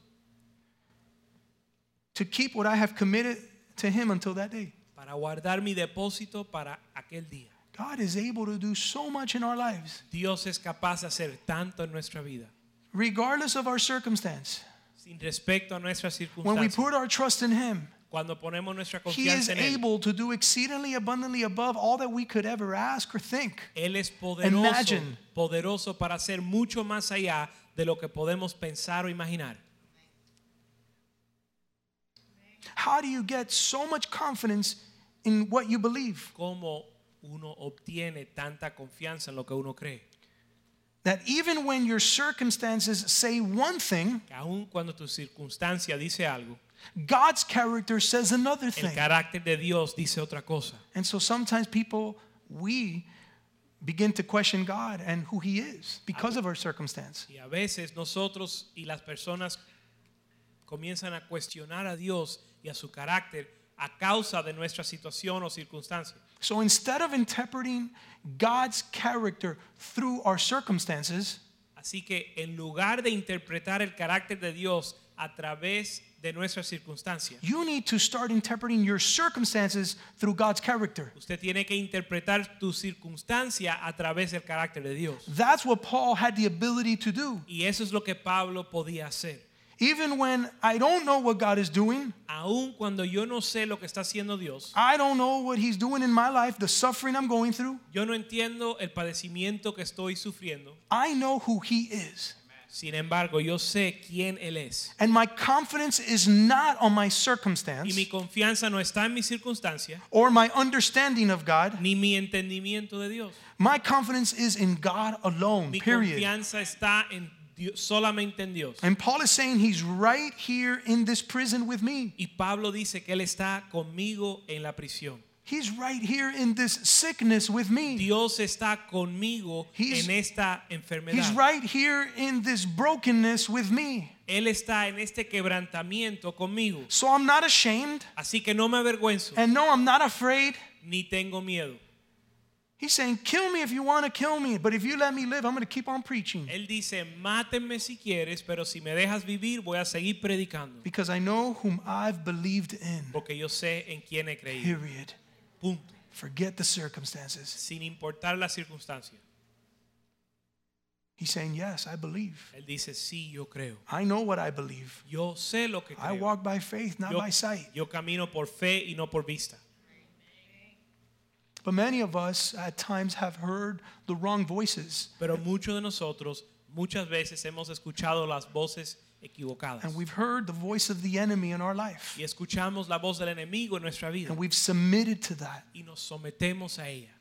[SPEAKER 2] to keep what I have committed to him until that day.
[SPEAKER 3] para guardar mi depósito para aquel día.
[SPEAKER 2] God is able to do so much in our lives,
[SPEAKER 3] Dios es capaz de hacer tanto en nuestra vida,
[SPEAKER 2] regardless of our circumstance.
[SPEAKER 3] sin respecto a nuestras
[SPEAKER 2] When we
[SPEAKER 3] circunstancias.
[SPEAKER 2] put our trust in him,
[SPEAKER 3] Cuando ponemos nuestra
[SPEAKER 2] he is
[SPEAKER 3] confianza en él,
[SPEAKER 2] able to do exceedingly abundantly above all that we could ever ask or think.
[SPEAKER 3] Él es poderoso,
[SPEAKER 2] Imagine.
[SPEAKER 3] poderoso para hacer mucho más allá de lo que podemos pensar o imaginar.
[SPEAKER 2] How do you get so much confidence in what you believe?
[SPEAKER 3] ¿Cómo uno obtiene tanta confianza en lo que uno cree?
[SPEAKER 2] That even when your circumstances say one thing,
[SPEAKER 3] Que aun cuando tu circunstancia dice algo,
[SPEAKER 2] God's character says another
[SPEAKER 3] el
[SPEAKER 2] thing.
[SPEAKER 3] carácter de Dios dice otra cosa.
[SPEAKER 2] And so sometimes people, we begin to question God and who He is because of our circumstance.
[SPEAKER 3] Y a veces nosotros y las personas comienzan a cuestionar a Dios y a su carácter a causa de nuestra situación o circunstancia.
[SPEAKER 2] So instead of interpreting God's character through our circumstances,
[SPEAKER 3] Así que en lugar de interpretar el carácter de Dios a través de nuestras circunstancias,
[SPEAKER 2] you need to start interpreting your circumstances through God's character.
[SPEAKER 3] usted tiene que interpretar tu circunstancia a través del carácter de Dios.
[SPEAKER 2] That's what Paul had the ability to do.
[SPEAKER 3] Y eso es lo que Pablo podía hacer.
[SPEAKER 2] Even when I don't know what God is doing,
[SPEAKER 3] Aun cuando yo no sé lo que está haciendo Dios,
[SPEAKER 2] I don't know what He's doing in my life, the suffering I'm going through,
[SPEAKER 3] yo no entiendo el padecimiento que estoy sufriendo.
[SPEAKER 2] I know who He is.
[SPEAKER 3] Sin embargo, yo sé quién Él es.
[SPEAKER 2] And my confidence is not on my
[SPEAKER 3] Y
[SPEAKER 2] circumstance.
[SPEAKER 3] mi confianza no está en mi circunstancia,
[SPEAKER 2] or my understanding of God.
[SPEAKER 3] ni mi entendimiento de Dios.
[SPEAKER 2] My confidence is in God alone,
[SPEAKER 3] Mi
[SPEAKER 2] period.
[SPEAKER 3] confianza está en Dios- solamente en Dios.
[SPEAKER 2] And Paul is saying he's right here in this prison with me.
[SPEAKER 3] Y Pablo dice que Él está conmigo en la prisión.
[SPEAKER 2] He's right here in this sickness with me.
[SPEAKER 3] Dios está conmigo
[SPEAKER 2] He's-
[SPEAKER 3] en esta enfermedad.
[SPEAKER 2] He's right here in this brokenness with me.
[SPEAKER 3] Él está en este quebrantamiento conmigo.
[SPEAKER 2] So I'm not ashamed
[SPEAKER 3] Así que no me avergüenzo
[SPEAKER 2] and no, I'm not afraid.
[SPEAKER 3] ni tengo miedo.
[SPEAKER 2] He's saying, Kill me if you want to kill me, but if you let me live, I'm going to keep on preaching
[SPEAKER 3] Él dice, mátenme si quieres, pero si me dejas vivir voy a seguir predicando.
[SPEAKER 2] because I know whom I've believed in.
[SPEAKER 3] Porque yo sé en quién he creído.
[SPEAKER 2] Period.
[SPEAKER 3] Punto.
[SPEAKER 2] Forget the circumstances.
[SPEAKER 3] Sin importar las circunstancias.
[SPEAKER 2] He's saying, Yes, I believe.
[SPEAKER 3] Él dice, sí, yo creo.
[SPEAKER 2] I know what I believe.
[SPEAKER 3] Yo sé lo que
[SPEAKER 2] I
[SPEAKER 3] creo.
[SPEAKER 2] walk by faith, not
[SPEAKER 3] Yo,
[SPEAKER 2] by sight.
[SPEAKER 3] yo camino por fe y no por vista.
[SPEAKER 2] But many of us at times have heard the wrong voices
[SPEAKER 3] Pero muchos de nosotros muchas veces hemos escuchado las voces equivocadas.
[SPEAKER 2] and we've heard the voice of the enemy in our life
[SPEAKER 3] Y escuchamos la voz del enemigo en nuestra vida.
[SPEAKER 2] and we've submitted to that
[SPEAKER 3] Y nos sometemos a ella.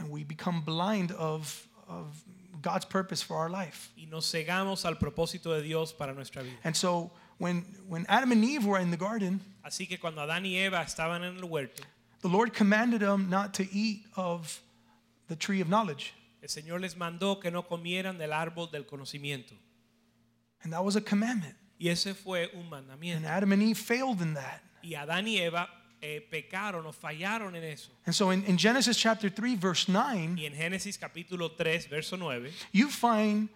[SPEAKER 2] and we become blind of, of God's purpose for our life.
[SPEAKER 3] Y nos cegamos al propósito de Dios para nuestra vida.
[SPEAKER 2] And so when, when Adam and Eve were in the garden,
[SPEAKER 3] Así que cuando Adán y Eva estaban en el huerto,
[SPEAKER 2] the Lord commanded them not to eat of the tree of knowledge.
[SPEAKER 3] el Señor les mandó que no comieran del árbol del conocimiento.
[SPEAKER 2] And that was a commandment.
[SPEAKER 3] Y ese fue
[SPEAKER 2] And
[SPEAKER 3] un mandamiento.
[SPEAKER 2] Adam and Eve failed in that.
[SPEAKER 3] Y Adán y Eva eh, pecaron o fallaron en eso.
[SPEAKER 2] And so in, in Genesis chapter 3, verse 9,
[SPEAKER 3] Y en Génesis capítulo 3, verso 9,
[SPEAKER 2] you find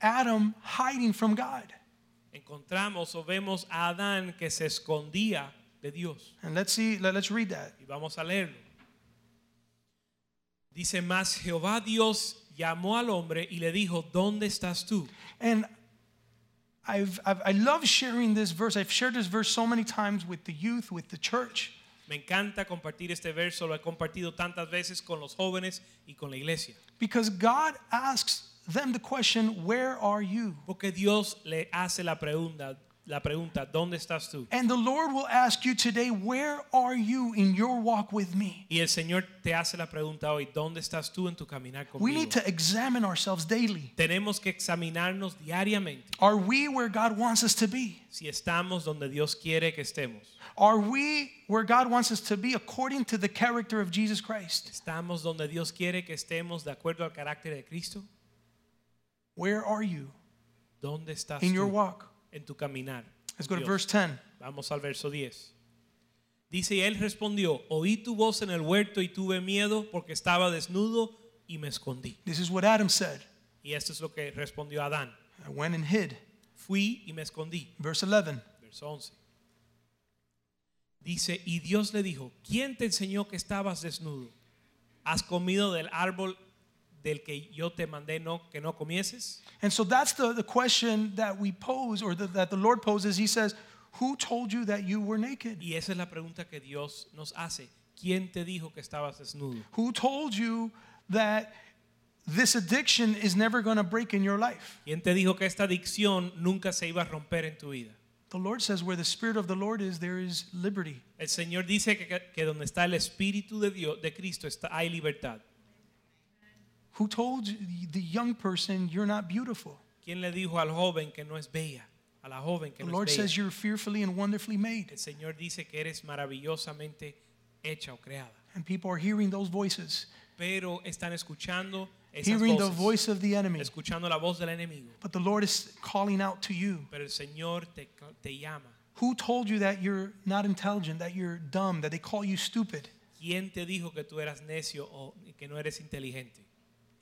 [SPEAKER 2] Adam hiding from God.
[SPEAKER 3] encontramos o vemos a Adán que se escondía de Dios.
[SPEAKER 2] And let's see, let, us read that.
[SPEAKER 3] Y vamos a leerlo. Dice más, Jehová Dios llamó al hombre y le dijo, ¿dónde estás tú?
[SPEAKER 2] And I've, I've, I love sharing this verse. I've shared this verse so many times with the youth, with the church,
[SPEAKER 3] Me encanta compartir este verso, lo he compartido tantas veces con los jóvenes y con la iglesia.
[SPEAKER 2] because God asks them the question, Where are you?
[SPEAKER 3] Porque Dios le hace la pregunta, la pregunta, ¿dónde estás tú?
[SPEAKER 2] And the Lord will ask you today, Where are you in your walk with me?
[SPEAKER 3] Y el Señor te hace la pregunta hoy, ¿dónde estás tú en tu caminar
[SPEAKER 2] We
[SPEAKER 3] conmigo?
[SPEAKER 2] need to examine ourselves daily.
[SPEAKER 3] Tenemos que examinarnos diariamente
[SPEAKER 2] Are we where God wants us to be?
[SPEAKER 3] si estamos donde Dios quiere que estemos.
[SPEAKER 2] Are we where God wants us to be according to the character of Jesus Christ?
[SPEAKER 3] ¿Estamos donde Dios quiere que estemos de acuerdo al carácter de Cristo?
[SPEAKER 2] Where are you
[SPEAKER 3] ¿Dónde estás
[SPEAKER 2] in your
[SPEAKER 3] tú
[SPEAKER 2] walk?
[SPEAKER 3] en tu caminar?
[SPEAKER 2] Let's go to
[SPEAKER 3] Dios?
[SPEAKER 2] verse 10.
[SPEAKER 3] Vamos al verso 10. Dice, y él respondió, oí tu voz en el huerto y tuve miedo porque estaba desnudo y me escondí.
[SPEAKER 2] This is what Adam said
[SPEAKER 3] Y esto es lo que respondió Adán.
[SPEAKER 2] I went and hid.
[SPEAKER 3] Fui y me escondí.
[SPEAKER 2] Verse 11.
[SPEAKER 3] Verso 11. Dice, y Dios le dijo, ¿quién te enseñó que estabas desnudo? ¿Has comido del árbol del que yo te mandé no, que no comieses?
[SPEAKER 2] And so that's the, the question that we pose, or the, that the Lord poses. He says, Who told you that you were naked?
[SPEAKER 3] Y esa es la pregunta que Dios nos hace. ¿Quién te dijo que estabas desnudo?
[SPEAKER 2] Who told you that this addiction is never going to break in your life?
[SPEAKER 3] ¿Quién te dijo que esta adicción nunca se iba a romper en tu vida?
[SPEAKER 2] The Lord says, Where the Spirit of the Lord is, there is liberty.
[SPEAKER 3] El Señor dice que, que donde está el Espíritu de Dios, de Cristo, está, hay libertad.
[SPEAKER 2] Who told you- the young person you're not beautiful?
[SPEAKER 3] ¿Quién le dijo al joven que no es bella? A la joven que
[SPEAKER 2] The
[SPEAKER 3] no
[SPEAKER 2] Lord
[SPEAKER 3] es bella.
[SPEAKER 2] says you're fearfully and wonderfully made.
[SPEAKER 3] El Señor dice que eres maravillosamente hecha o creada.
[SPEAKER 2] And people are hearing those voices,
[SPEAKER 3] Pero están escuchando esas
[SPEAKER 2] hearing the
[SPEAKER 3] voces,
[SPEAKER 2] voice of the enemy.
[SPEAKER 3] escuchando la voz del enemigo.
[SPEAKER 2] But the Lord is calling out to you.
[SPEAKER 3] Pero el Señor te, te llama.
[SPEAKER 2] Who told you that you're not intelligent, that you're dumb, that they call you stupid?
[SPEAKER 3] ¿Quién te dijo que tú eras necio o que no eres inteligente?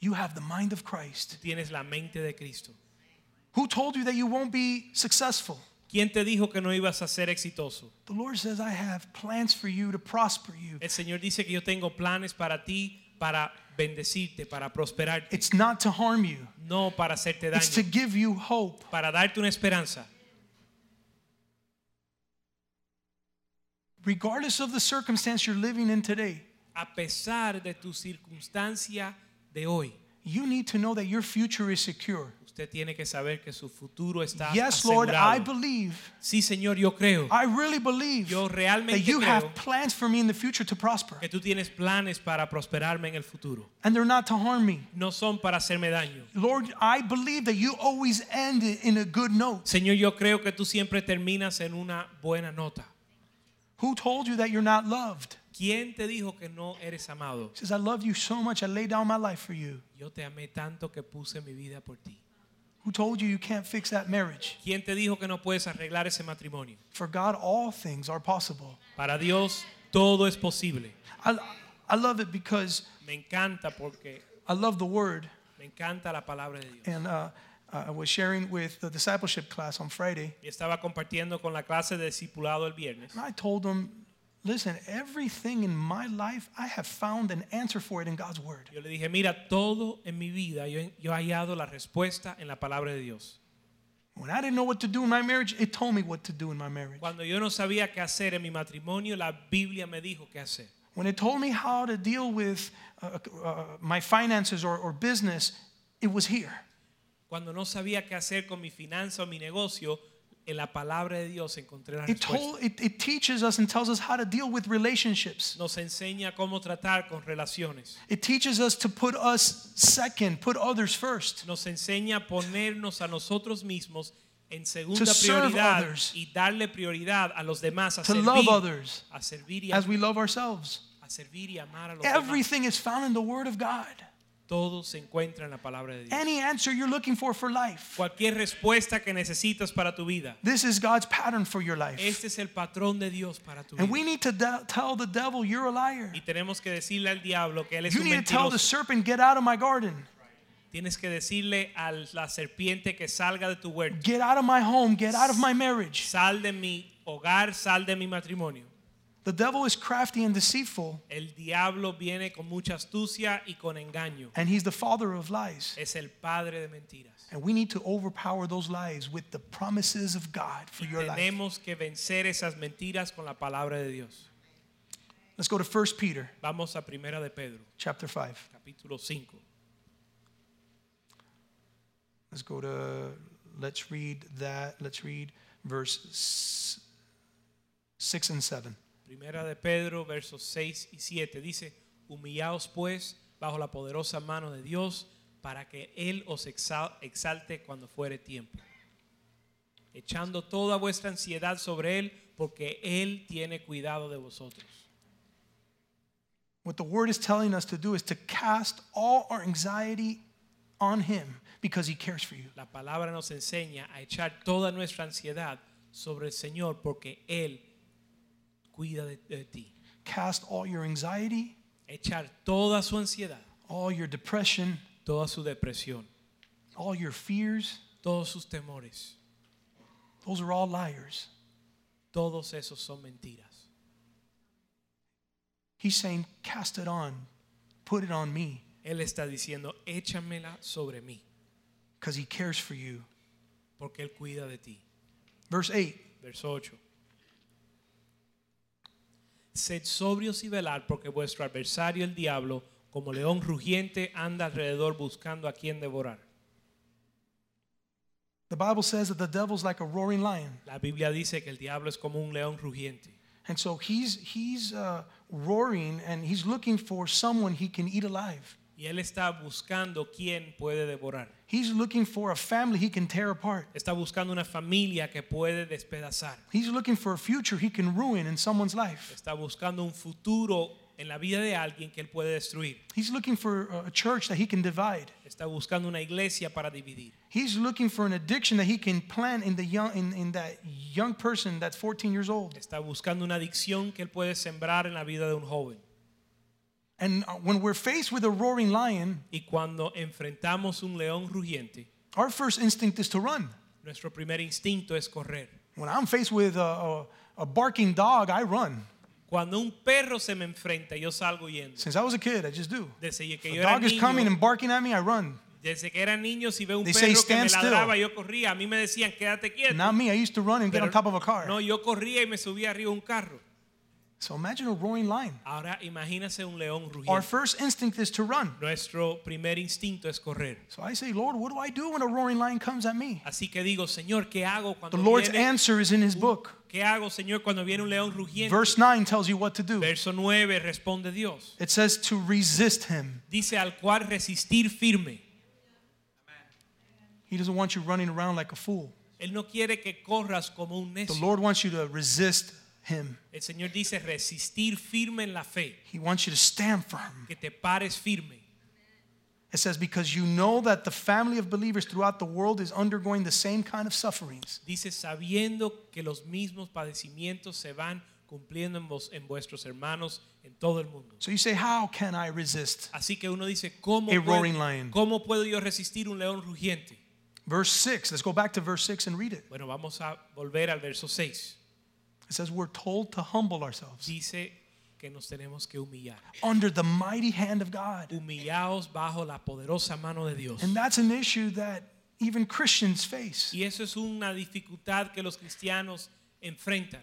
[SPEAKER 2] You have the mind of Christ.
[SPEAKER 3] Tienes la mente de Cristo.
[SPEAKER 2] Who told you that you won't be successful?
[SPEAKER 3] ¿Quién te dijo que no ibas a ser exitoso?
[SPEAKER 2] The Lord says, I have plans for you to prosper you.
[SPEAKER 3] El Señor dice que yo tengo planes para ti, para bendecirte, para prosperarte,
[SPEAKER 2] It's not to harm you,
[SPEAKER 3] no para hacerte daño,
[SPEAKER 2] it's to give you hope.
[SPEAKER 3] para darte una esperanza.
[SPEAKER 2] Regardless of the circumstance you're living in today,
[SPEAKER 3] A pesar de tu circunstancia de hoy,
[SPEAKER 2] you need to know that your future is secure.
[SPEAKER 3] usted tiene que saber que su futuro está
[SPEAKER 2] Yes, Lord, I
[SPEAKER 3] asegurado.
[SPEAKER 2] believe.
[SPEAKER 3] sí, Señor, yo creo
[SPEAKER 2] I really believe
[SPEAKER 3] Yo
[SPEAKER 2] that
[SPEAKER 3] realmente
[SPEAKER 2] you have
[SPEAKER 3] creo.
[SPEAKER 2] plans for me in the future to prosper,
[SPEAKER 3] que tú tienes planes para prosperarme en el futuro.
[SPEAKER 2] and they're not to harm me.
[SPEAKER 3] No son para hacerme daño.
[SPEAKER 2] Lord, I believe that you always end it in a good note.
[SPEAKER 3] Señor, yo creo que tú siempre terminas en una buena nota.
[SPEAKER 2] Who told you that you're not loved?
[SPEAKER 3] ¿Quién te dijo que no eres amado?
[SPEAKER 2] He says, I love you so much, I lay down my life for you.
[SPEAKER 3] Yo te amé tanto que puse mi vida por ti.
[SPEAKER 2] Who told you you can't fix that marriage?
[SPEAKER 3] ¿Quién te dijo que no puedes arreglar ese matrimonio?
[SPEAKER 2] For God, all things are possible.
[SPEAKER 3] Para Dios todo es posible.
[SPEAKER 2] I, I love it because
[SPEAKER 3] Me encanta porque
[SPEAKER 2] I love the word.
[SPEAKER 3] me encanta la palabra de Dios.
[SPEAKER 2] And uh, I was sharing with the discipleship class on Friday.
[SPEAKER 3] Y estaba compartiendo con la clase de discipulado el viernes.
[SPEAKER 2] And I told them, listen, everything in my life, I have found an answer for it in God's word.
[SPEAKER 3] Yo le dije, mira, todo en mi vida yo, he- yo he hallado la respuesta en la palabra de Dios.
[SPEAKER 2] When I didn't know what to do in my marriage, it told me what to do in my marriage.
[SPEAKER 3] Cuando yo no sabía qué hacer en mi matrimonio, la Biblia me dijo qué hacer.
[SPEAKER 2] When it told me how to deal with uh, uh, my finances or, or business, it was here.
[SPEAKER 3] Cuando no sabía qué hacer con mi finanza o mi negocio, en la palabra de Dios encontré la
[SPEAKER 2] It,
[SPEAKER 3] respuesta.
[SPEAKER 2] told, it, it teaches us and tells us how to deal with relationships.
[SPEAKER 3] Nos enseña cómo tratar con relaciones.
[SPEAKER 2] It teaches us to put us second, put others first.
[SPEAKER 3] Nos enseña a ponernos a nosotros mismos en
[SPEAKER 2] To
[SPEAKER 3] segunda
[SPEAKER 2] serve
[SPEAKER 3] prioridad
[SPEAKER 2] others.
[SPEAKER 3] y darle prioridad a los demás, a
[SPEAKER 2] To love
[SPEAKER 3] servir,
[SPEAKER 2] others
[SPEAKER 3] a servir y a-
[SPEAKER 2] as we love ourselves.
[SPEAKER 3] a servir y amar a los demás.
[SPEAKER 2] Everything is found in the Word of God.
[SPEAKER 3] Todo se encuentra en la palabra de Dios.
[SPEAKER 2] Any answer you're looking for for life,
[SPEAKER 3] Cualquier respuesta que necesitas para tu vida.
[SPEAKER 2] this is God's pattern for your life.
[SPEAKER 3] Este es el patrón de Dios para tu
[SPEAKER 2] And we
[SPEAKER 3] vida.
[SPEAKER 2] need to de- tell the devil, You're a liar.
[SPEAKER 3] Y tenemos que decirle al diablo que él es
[SPEAKER 2] You
[SPEAKER 3] un
[SPEAKER 2] need to tell the
[SPEAKER 3] mentiroso.
[SPEAKER 2] serpent, Get out of my garden,
[SPEAKER 3] Tienes que decirle a la serpiente que salga de tu huerto.
[SPEAKER 2] get out of my home, get out of my marriage.
[SPEAKER 3] Sal de mi hogar, sal de mi matrimonio.
[SPEAKER 2] The devil is crafty and deceitful,
[SPEAKER 3] El diablo viene con mucha astucia y con engaño.
[SPEAKER 2] and he's the father of lies.
[SPEAKER 3] Es el padre de mentiras.
[SPEAKER 2] And we need to overpower those lies with the promises of God for
[SPEAKER 3] Y
[SPEAKER 2] your life.
[SPEAKER 3] tenemos que vencer esas mentiras con la palabra de Dios.
[SPEAKER 2] Let's go to 1 Peter
[SPEAKER 3] Vamos a primera de Pedro,
[SPEAKER 2] chapter 5.
[SPEAKER 3] capítulo 5.
[SPEAKER 2] Let's go to let's read that. Let's read verse s- 6 and 7.
[SPEAKER 3] Primera de Pedro, versos 6 y 7 dice, humillaos pues bajo la poderosa mano de Dios para que Él os exa- exalte cuando fuere tiempo, echando toda vuestra ansiedad sobre Él porque Él tiene cuidado de vosotros.
[SPEAKER 2] What the word is telling us to do is to cast all our anxiety on him because he cares for you.
[SPEAKER 3] La palabra nos enseña a echar toda nuestra ansiedad sobre el Señor porque Él cuida de, de ti.
[SPEAKER 2] Cast all your anxiety,
[SPEAKER 3] Echar toda su ansiedad,
[SPEAKER 2] all your depression,
[SPEAKER 3] toda su depresión,
[SPEAKER 2] all your fears.
[SPEAKER 3] todos sus temores.
[SPEAKER 2] Those are all liars.
[SPEAKER 3] Todos esos son mentiras.
[SPEAKER 2] He's saying, cast it on, put it on me
[SPEAKER 3] Él está diciendo, échamela sobre mí,
[SPEAKER 2] because he cares for you.
[SPEAKER 3] porque Él cuida de ti.
[SPEAKER 2] Verse 8
[SPEAKER 3] Verso 8. Sed sobrios y velad, porque vuestro adversario, el diablo, como león rugiente, anda alrededor buscando a quien devorar.
[SPEAKER 2] The Bible says that the devil's like a roaring lion.
[SPEAKER 3] La Biblia dice que el diablo es como un león rugiente.
[SPEAKER 2] And so he's, he's uh, roaring and he's looking for someone he can eat alive.
[SPEAKER 3] Y él está buscando quien puede devorar.
[SPEAKER 2] He's looking for a family he can tear apart.
[SPEAKER 3] Está buscando una familia que puede despedazar.
[SPEAKER 2] He's looking for a future he can ruin in someone's life.
[SPEAKER 3] Está buscando un futuro en la vida de alguien que él puede destruir.
[SPEAKER 2] He's looking for a- a church that he can divide.
[SPEAKER 3] Está buscando una iglesia para dividir.
[SPEAKER 2] He's looking for an addiction that he can plant in, the young, in, in that young person that's 14 years old.
[SPEAKER 3] Está buscando una adicción que él puede sembrar en la vida de un joven.
[SPEAKER 2] And uh, when we're faced with a roaring lion,
[SPEAKER 3] Y cuando enfrentamos un león rugiente,
[SPEAKER 2] our first instinct is to run.
[SPEAKER 3] nuestro primer instinto es correr.
[SPEAKER 2] When I'm faced with a, a, a barking dog, I run.
[SPEAKER 3] Cuando un perro se me enfrenta, yo salgo huyendo.
[SPEAKER 2] Since I was a kid, I just do.
[SPEAKER 3] Desde que
[SPEAKER 2] If
[SPEAKER 3] yo
[SPEAKER 2] a
[SPEAKER 3] era
[SPEAKER 2] dog is coming
[SPEAKER 3] niño,
[SPEAKER 2] and barking at me, I run.
[SPEAKER 3] desde que era niño, si veo un
[SPEAKER 2] They say,
[SPEAKER 3] perro que me
[SPEAKER 2] "Stand still".
[SPEAKER 3] ladraba, yo corría. A mí me decían, quédate quieto.
[SPEAKER 2] Not me. I used to run and get
[SPEAKER 3] Pero
[SPEAKER 2] on top of a car.
[SPEAKER 3] No, yo corría y me subía arriba de un carro.
[SPEAKER 2] So imagine a roaring lion.
[SPEAKER 3] Ahora imagínese un león
[SPEAKER 2] Our
[SPEAKER 3] rugiente.
[SPEAKER 2] first instinct is to run.
[SPEAKER 3] Nuestro primer instinto es correr.
[SPEAKER 2] So I say, Lord, what do I do when a roaring lion comes at me?
[SPEAKER 3] Así que digo, Señor, ¿qué hago
[SPEAKER 2] The
[SPEAKER 3] cuando
[SPEAKER 2] Lord's
[SPEAKER 3] viene?
[SPEAKER 2] answer is in his book.
[SPEAKER 3] ¿Qué hago, Señor, cuando viene un león rugiente?
[SPEAKER 2] Verse 9 tells you what to do.
[SPEAKER 3] Verso 9 responde Dios.
[SPEAKER 2] It says to resist him.
[SPEAKER 3] Dice al cual resistir firme.
[SPEAKER 2] He doesn't want you running around like a fool.
[SPEAKER 3] Él no quiere que corras como un
[SPEAKER 2] The
[SPEAKER 3] necio.
[SPEAKER 2] Lord wants you to resist Him.
[SPEAKER 3] El Señor dice resistir firme en la fe,
[SPEAKER 2] He wants you to stand firm.
[SPEAKER 3] que te pares firme.
[SPEAKER 2] It says, Because you know that the family of believers throughout the world is undergoing the same kind of sufferings.
[SPEAKER 3] Dice sabiendo que los mismos padecimientos se van cumpliendo en, vos- en vuestros hermanos en todo el mundo.
[SPEAKER 2] So you say, How can I resist?
[SPEAKER 3] Así que uno dice, ¿cómo,
[SPEAKER 2] A roaring lion.
[SPEAKER 3] puedo, ¿cómo puedo yo resistir un león rugiente?
[SPEAKER 2] Verse 6. Let's go back to verse 6 and read it.
[SPEAKER 3] Bueno, vamos a volver al verso 6.
[SPEAKER 2] It says, We're told to humble ourselves
[SPEAKER 3] Dice que nos tenemos que humillar.
[SPEAKER 2] under the mighty hand of God.
[SPEAKER 3] Humillaos bajo la poderosa mano de Dios.
[SPEAKER 2] And that's an issue that even Christians face.
[SPEAKER 3] Y eso es una dificultad que los cristianos enfrentan.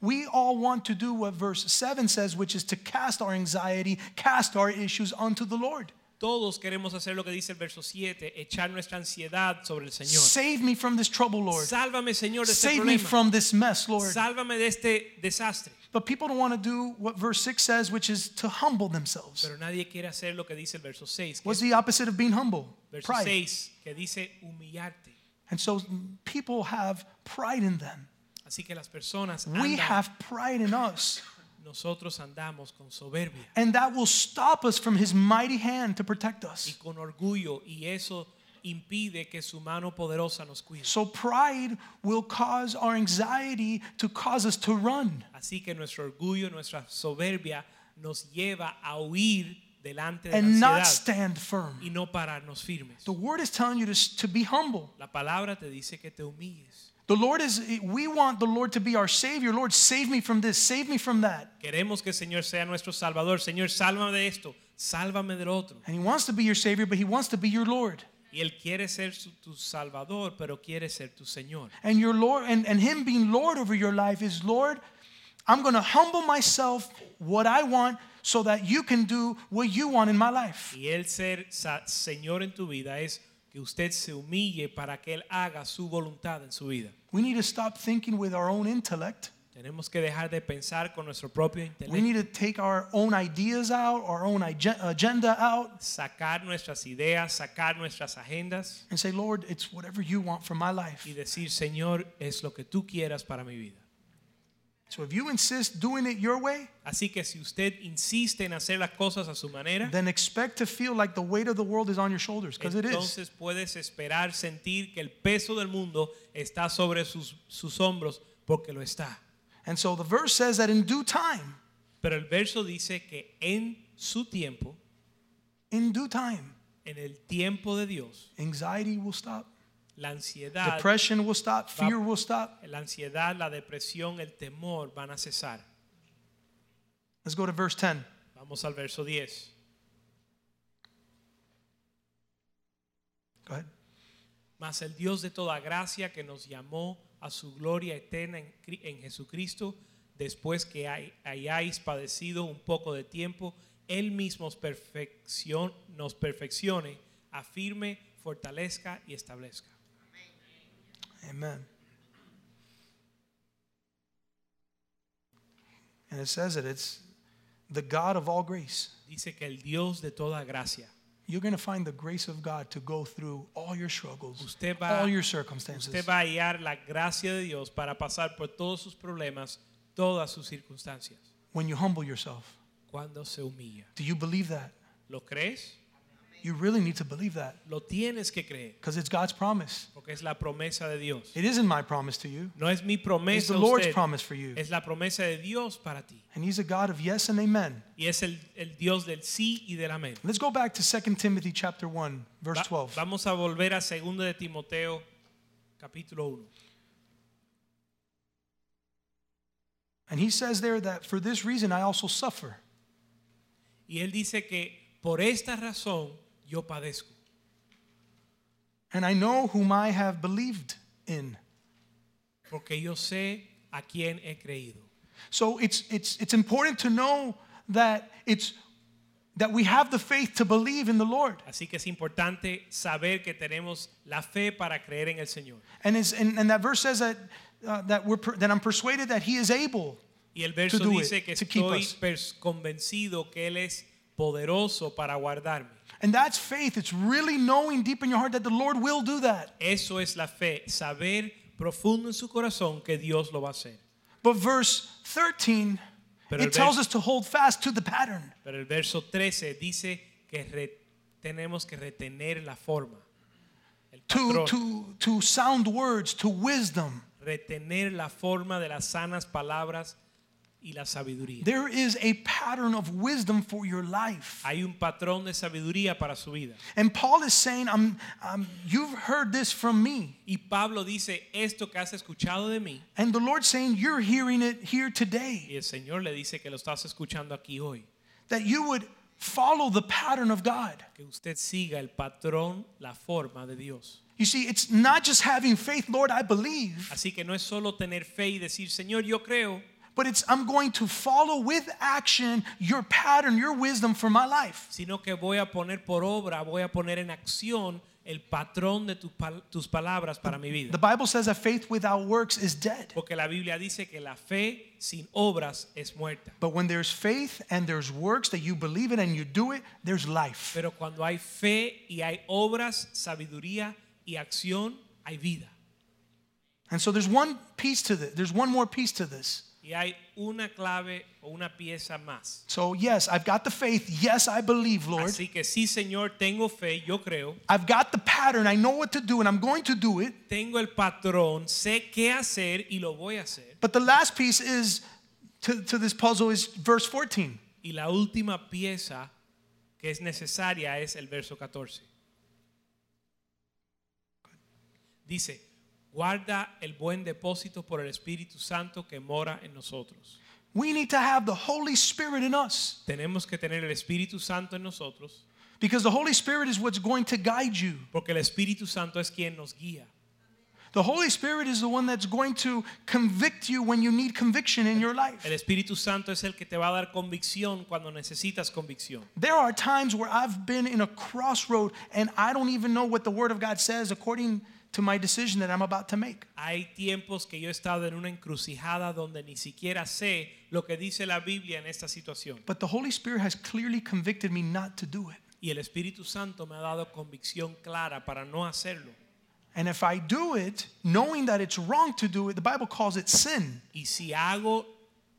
[SPEAKER 2] We all want to do what verse 7 says, which is to cast our anxiety, cast our issues unto the Lord.
[SPEAKER 3] Todos queremos hacer lo que dice el verso 7, echar nuestra ansiedad sobre el Señor.
[SPEAKER 2] Save me from this trouble, Lord.
[SPEAKER 3] Sálvame, Señor, de este
[SPEAKER 2] Save me
[SPEAKER 3] problema.
[SPEAKER 2] from this mess, Lord.
[SPEAKER 3] Sálvame de este desastre.
[SPEAKER 2] But people don't want to do what verse 6 says, which is to humble themselves.
[SPEAKER 3] Pero nadie quiere hacer lo que dice el verso 6. que
[SPEAKER 2] What's
[SPEAKER 3] es
[SPEAKER 2] the opposite of being humble?
[SPEAKER 3] verso
[SPEAKER 2] Pride.
[SPEAKER 3] 6 que dice humillarte.
[SPEAKER 2] And so people have pride in them.
[SPEAKER 3] Así que las personas
[SPEAKER 2] We
[SPEAKER 3] andan-
[SPEAKER 2] have pride in us.
[SPEAKER 3] nosotros andamos con soberbia
[SPEAKER 2] And that will stop us from his mighty hand to protect
[SPEAKER 3] y
[SPEAKER 2] us.
[SPEAKER 3] con orgullo y eso impide que su mano poderosa nos cuide.
[SPEAKER 2] So pride will cause our anxiety to cause us to run.
[SPEAKER 3] Así que nuestro orgullo, nuestra soberbia nos lleva a huir delante de
[SPEAKER 2] and
[SPEAKER 3] la
[SPEAKER 2] not
[SPEAKER 3] ansiedad
[SPEAKER 2] stand firm.
[SPEAKER 3] y no pararnos firmes.
[SPEAKER 2] The word is telling you to, to be humble.
[SPEAKER 3] La palabra te dice que te humilles.
[SPEAKER 2] The Lord is, eh, we want the Lord to be our Savior. Lord, save me from this, save me from that.
[SPEAKER 3] Queremos que el Señor sea nuestro Salvador. Señor, sálvame de esto, sálvame del otro.
[SPEAKER 2] And He wants to be your Savior, but He wants to be your Lord.
[SPEAKER 3] Y Él quiere ser su- tu Salvador, pero quiere ser tu Señor.
[SPEAKER 2] And your Lord, and, and Him being Lord over your life is Lord, I'm going to humble myself what I want so that you can do what you want in my life.
[SPEAKER 3] Y Él ser sa- Señor en tu vida es que usted se humille para que Él haga su voluntad en su vida.
[SPEAKER 2] We need to stop thinking with our own intellect.
[SPEAKER 3] Tenemos que dejar de pensar con nuestro propio
[SPEAKER 2] We
[SPEAKER 3] intelecto,
[SPEAKER 2] need to take our own ideas out, our own ag- agenda out,
[SPEAKER 3] sacar nuestras ideas, sacar nuestras agendas
[SPEAKER 2] and say, Lord, it's whatever you want for my life.
[SPEAKER 3] y decir, Señor, es lo que tú quieras para mi vida.
[SPEAKER 2] So if you insist doing it your way,
[SPEAKER 3] Así que si usted insiste en hacer las cosas a su manera,
[SPEAKER 2] then expect to feel like the weight of the world is on your shoulders because it is.
[SPEAKER 3] entonces puedes esperar sentir que el peso del mundo está sobre sus, sus hombros porque lo está.
[SPEAKER 2] And so the verse says that in due time,
[SPEAKER 3] Pero el verso dice que en su tiempo,
[SPEAKER 2] in due time,
[SPEAKER 3] en el tiempo de Dios,
[SPEAKER 2] anxiety will stop,
[SPEAKER 3] la ansiedad,
[SPEAKER 2] depression will stop, fear will stop.
[SPEAKER 3] la ansiedad, la depresión, el temor van a cesar.
[SPEAKER 2] Let's go to verse 10.
[SPEAKER 3] Vamos al verso 10.
[SPEAKER 2] Go ahead.
[SPEAKER 3] Mas el Dios de toda gracia que nos llamó a su gloria eterna en, Cri- en Jesucristo, después que hay- hayáis padecido un poco de tiempo, Él mismo os perfeccion- nos perfeccione, afirme, fortalezca y establezca.
[SPEAKER 2] Amen. And it says that it's the God of all grace.
[SPEAKER 3] Dice que el Dios de toda gracia.
[SPEAKER 2] You're going to find the grace of God to go through all your struggles,
[SPEAKER 3] Usted va,
[SPEAKER 2] all your circumstances.
[SPEAKER 3] usted va a hallar la gracia de Dios para pasar por todos sus problemas, todas sus circunstancias,
[SPEAKER 2] when you humble yourself.
[SPEAKER 3] cuando se humilla.
[SPEAKER 2] Do you believe that?
[SPEAKER 3] ¿Lo crees?
[SPEAKER 2] You really need to believe that
[SPEAKER 3] Lo tienes que creer,
[SPEAKER 2] because it's God's promise.
[SPEAKER 3] porque es la promesa de Dios.
[SPEAKER 2] It isn't my promise to you.
[SPEAKER 3] No es mi
[SPEAKER 2] It's
[SPEAKER 3] promesa
[SPEAKER 2] the
[SPEAKER 3] a
[SPEAKER 2] Lord's
[SPEAKER 3] usted,
[SPEAKER 2] promise for you.
[SPEAKER 3] es la promesa de Dios para ti.
[SPEAKER 2] And he's a God of yes and amen.
[SPEAKER 3] Y es el, el Dios del sí y del amén.
[SPEAKER 2] Let's go back to 2 Timothy chapter 1, verse
[SPEAKER 3] Va-
[SPEAKER 2] 12.
[SPEAKER 3] vamos a volver a 2 de Timoteo capítulo 1.
[SPEAKER 2] And he says there that for this reason I also suffer.
[SPEAKER 3] Y él dice que por esta razón yo padezco.
[SPEAKER 2] And I know whom I have believed in.
[SPEAKER 3] Porque yo sé a quién he creído.
[SPEAKER 2] So it's it's it's important to know that it's that we have the faith to believe in the Lord.
[SPEAKER 3] Así que es importante saber que tenemos la fe para creer en el Señor.
[SPEAKER 2] And is and, and that verse says that uh, that we're per, that I'm persuaded that he is able
[SPEAKER 3] Y el verso
[SPEAKER 2] do it,
[SPEAKER 3] dice que
[SPEAKER 2] to keep
[SPEAKER 3] estoy
[SPEAKER 2] us.
[SPEAKER 3] pers- convencido que Él es poderoso para guardarme.
[SPEAKER 2] And that's faith. It's really knowing deep in your heart that the Lord will do that.
[SPEAKER 3] Eso es la fe, saber profundo en su corazón que Dios lo va a hacer.
[SPEAKER 2] But verse 13,
[SPEAKER 3] Pero el
[SPEAKER 2] it tells
[SPEAKER 3] vers-
[SPEAKER 2] us to hold fast to the pattern.
[SPEAKER 3] Pero el verso 13 dice que re- tenemos que retener la forma, el
[SPEAKER 2] to,
[SPEAKER 3] patrón,
[SPEAKER 2] to, to sound words, to wisdom.
[SPEAKER 3] retener la forma de las sanas palabras y la sabiduría.
[SPEAKER 2] There is a pattern of wisdom for your life.
[SPEAKER 3] Hay un patrón de sabiduría para su vida.
[SPEAKER 2] And Paul is saying, I'm, I'm, You've heard this from me.
[SPEAKER 3] Y Pablo dice, esto que has escuchado de mí,
[SPEAKER 2] And the Lord's saying, You're hearing it here today.
[SPEAKER 3] y el Señor le dice que lo estás escuchando aquí hoy,
[SPEAKER 2] That you would follow the pattern of God.
[SPEAKER 3] que usted siga el patrón, la forma de Dios.
[SPEAKER 2] You see, it's not just having faith, Lord, I believe,
[SPEAKER 3] Así que no es solo tener fe y decir, Señor, yo creo,
[SPEAKER 2] but it's I'm going to follow with action your pattern, your wisdom for my life.
[SPEAKER 3] sino que voy a poner por obra, voy a poner en acción el patrón de tus pal- tus palabras para mi
[SPEAKER 2] The
[SPEAKER 3] vida.
[SPEAKER 2] Bible says that faith without works is dead.
[SPEAKER 3] Porque la Biblia dice que la fe sin obras es muerta.
[SPEAKER 2] But when there's faith and there's works that you believe in and you do it, there's life.
[SPEAKER 3] Pero cuando hay fe y hay obras, sabiduría y acción, hay vida.
[SPEAKER 2] And so there's one piece to this. There's one more piece to this.
[SPEAKER 3] Y hay una clave o una pieza más.
[SPEAKER 2] So yes, I've got the faith. Yes, I believe, Lord.
[SPEAKER 3] Así que sí, Señor, tengo fe, yo creo.
[SPEAKER 2] I've got the pattern. I know what to do and I'm going to do it.
[SPEAKER 3] Tengo el patrón, sé qué hacer y lo voy a hacer.
[SPEAKER 2] But the last piece is to, to this puzzle is verse 14.
[SPEAKER 3] Y la última pieza que es necesaria es el verso 14. Dice, guarda el buen depósito por el Espíritu Santo que mora en nosotros.
[SPEAKER 2] We need to have the Holy Spirit in us
[SPEAKER 3] Tenemos que tener el Espíritu Santo en nosotros
[SPEAKER 2] because the Holy Spirit is what's going to guide you.
[SPEAKER 3] porque el Espíritu Santo es quien nos guía.
[SPEAKER 2] The Holy Spirit is the one that's going to convict you when you need conviction in your life.
[SPEAKER 3] El Espíritu Santo es el que te va a dar convicción cuando necesitas convicción.
[SPEAKER 2] There are times where I've been in a crossroad and I don't even know what the Word of God says according to my decision that I'm about to make.
[SPEAKER 3] Hay tiempos que yo he estado en una encrucijada donde ni siquiera sé lo que dice la Biblia en esta situación.
[SPEAKER 2] But the Holy Spirit has clearly convicted me not to do it.
[SPEAKER 3] Y el Espíritu Santo me ha dado convicción clara para no hacerlo.
[SPEAKER 2] And if I do it, knowing that it's wrong to do it, the Bible calls it sin.
[SPEAKER 3] Y si hago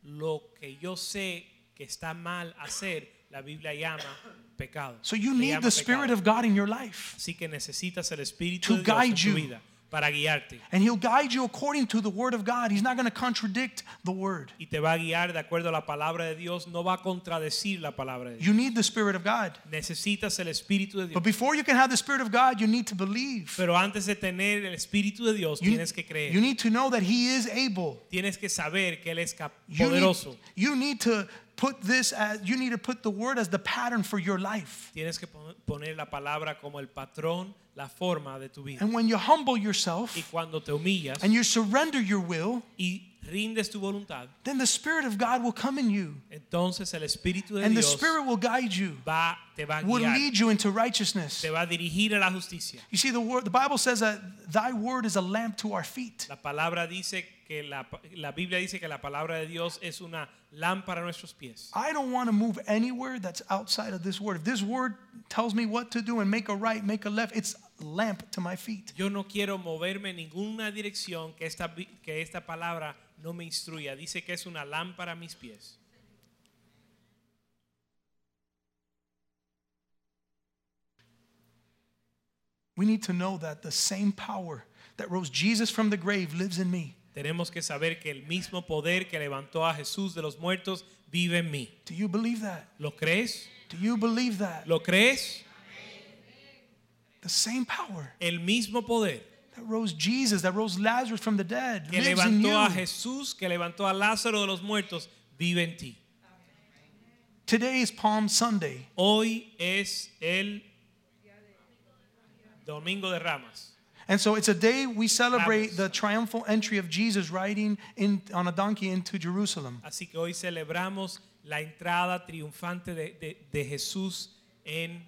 [SPEAKER 3] lo que yo sé que está mal hacer, la Biblia llama pecado.
[SPEAKER 2] So you
[SPEAKER 3] Le
[SPEAKER 2] need
[SPEAKER 3] llama
[SPEAKER 2] the Spirit
[SPEAKER 3] pecado.
[SPEAKER 2] of God in your life.
[SPEAKER 3] Así que necesitas el Espíritu
[SPEAKER 2] to
[SPEAKER 3] de Dios en
[SPEAKER 2] guide
[SPEAKER 3] tu
[SPEAKER 2] you.
[SPEAKER 3] vida para guiarte.
[SPEAKER 2] And He'll guide you according to the Word of God. He's not going to contradict the Word.
[SPEAKER 3] Y te va a guiar de acuerdo a la palabra de Dios, no va a contradecir la palabra de Dios.
[SPEAKER 2] You need the Spirit of God.
[SPEAKER 3] Necesitas el Espíritu de Dios.
[SPEAKER 2] But before you can have the Spirit of God, you need to believe.
[SPEAKER 3] Pero antes de tener el Espíritu de Dios,
[SPEAKER 2] You,
[SPEAKER 3] tienes que creer.
[SPEAKER 2] you need to know that He is able.
[SPEAKER 3] tienes que saber que Él es cap-
[SPEAKER 2] You need,
[SPEAKER 3] poderoso.
[SPEAKER 2] you need to put this as you need to put the word as the pattern for your life.
[SPEAKER 3] Tienes que pon- poner la palabra como el patrón, la forma de tu vida.
[SPEAKER 2] And when you humble
[SPEAKER 3] Y
[SPEAKER 2] yourself
[SPEAKER 3] cuando te humillas
[SPEAKER 2] and you surrender your will,
[SPEAKER 3] y rindes tu voluntad,
[SPEAKER 2] then the spirit of God will come in you
[SPEAKER 3] entonces el Espíritu de
[SPEAKER 2] and the
[SPEAKER 3] Dios
[SPEAKER 2] spirit will guide you,
[SPEAKER 3] va, te va a
[SPEAKER 2] will
[SPEAKER 3] guiar,
[SPEAKER 2] lead you into righteousness.
[SPEAKER 3] te va a dirigir a la justicia.
[SPEAKER 2] You see the word the Bible says that thy word is a lamp to our feet.
[SPEAKER 3] La palabra dice que la, pa- la Biblia dice que la palabra de Dios es una lámpara a nuestros pies.
[SPEAKER 2] I don't want to move anywhere that's outside of this word. If this word tells me what to do and make a right, make a left, it's a lamp to my feet.
[SPEAKER 3] Yo no quiero moverme en ninguna dirección que esta, bi- que esta palabra no me instruya. Dice que es una lámpara a mis pies.
[SPEAKER 2] We need to know that the same power that rose Jesus from the grave lives in me.
[SPEAKER 3] Tenemos que saber que el mismo poder que levantó a Jesús de los muertos vive en mí.
[SPEAKER 2] Do you believe that?
[SPEAKER 3] ¿Lo crees?
[SPEAKER 2] Do you believe that?
[SPEAKER 3] ¿Lo crees?
[SPEAKER 2] The same power
[SPEAKER 3] El mismo poder
[SPEAKER 2] that rose Jesus, that rose Lazarus from the dead,
[SPEAKER 3] que
[SPEAKER 2] lives in
[SPEAKER 3] levantó a
[SPEAKER 2] you.
[SPEAKER 3] Jesús, que levantó a Lázaro de los muertos, vive en ti.
[SPEAKER 2] Today is Palm Sunday.
[SPEAKER 3] Hoy es el Domingo de Ramas.
[SPEAKER 2] And so it's a day we celebrate the triumphal entry of Jesus riding in, on a donkey into Jerusalem.
[SPEAKER 3] Así que hoy celebramos la entrada triunfante de, de- de Jesús en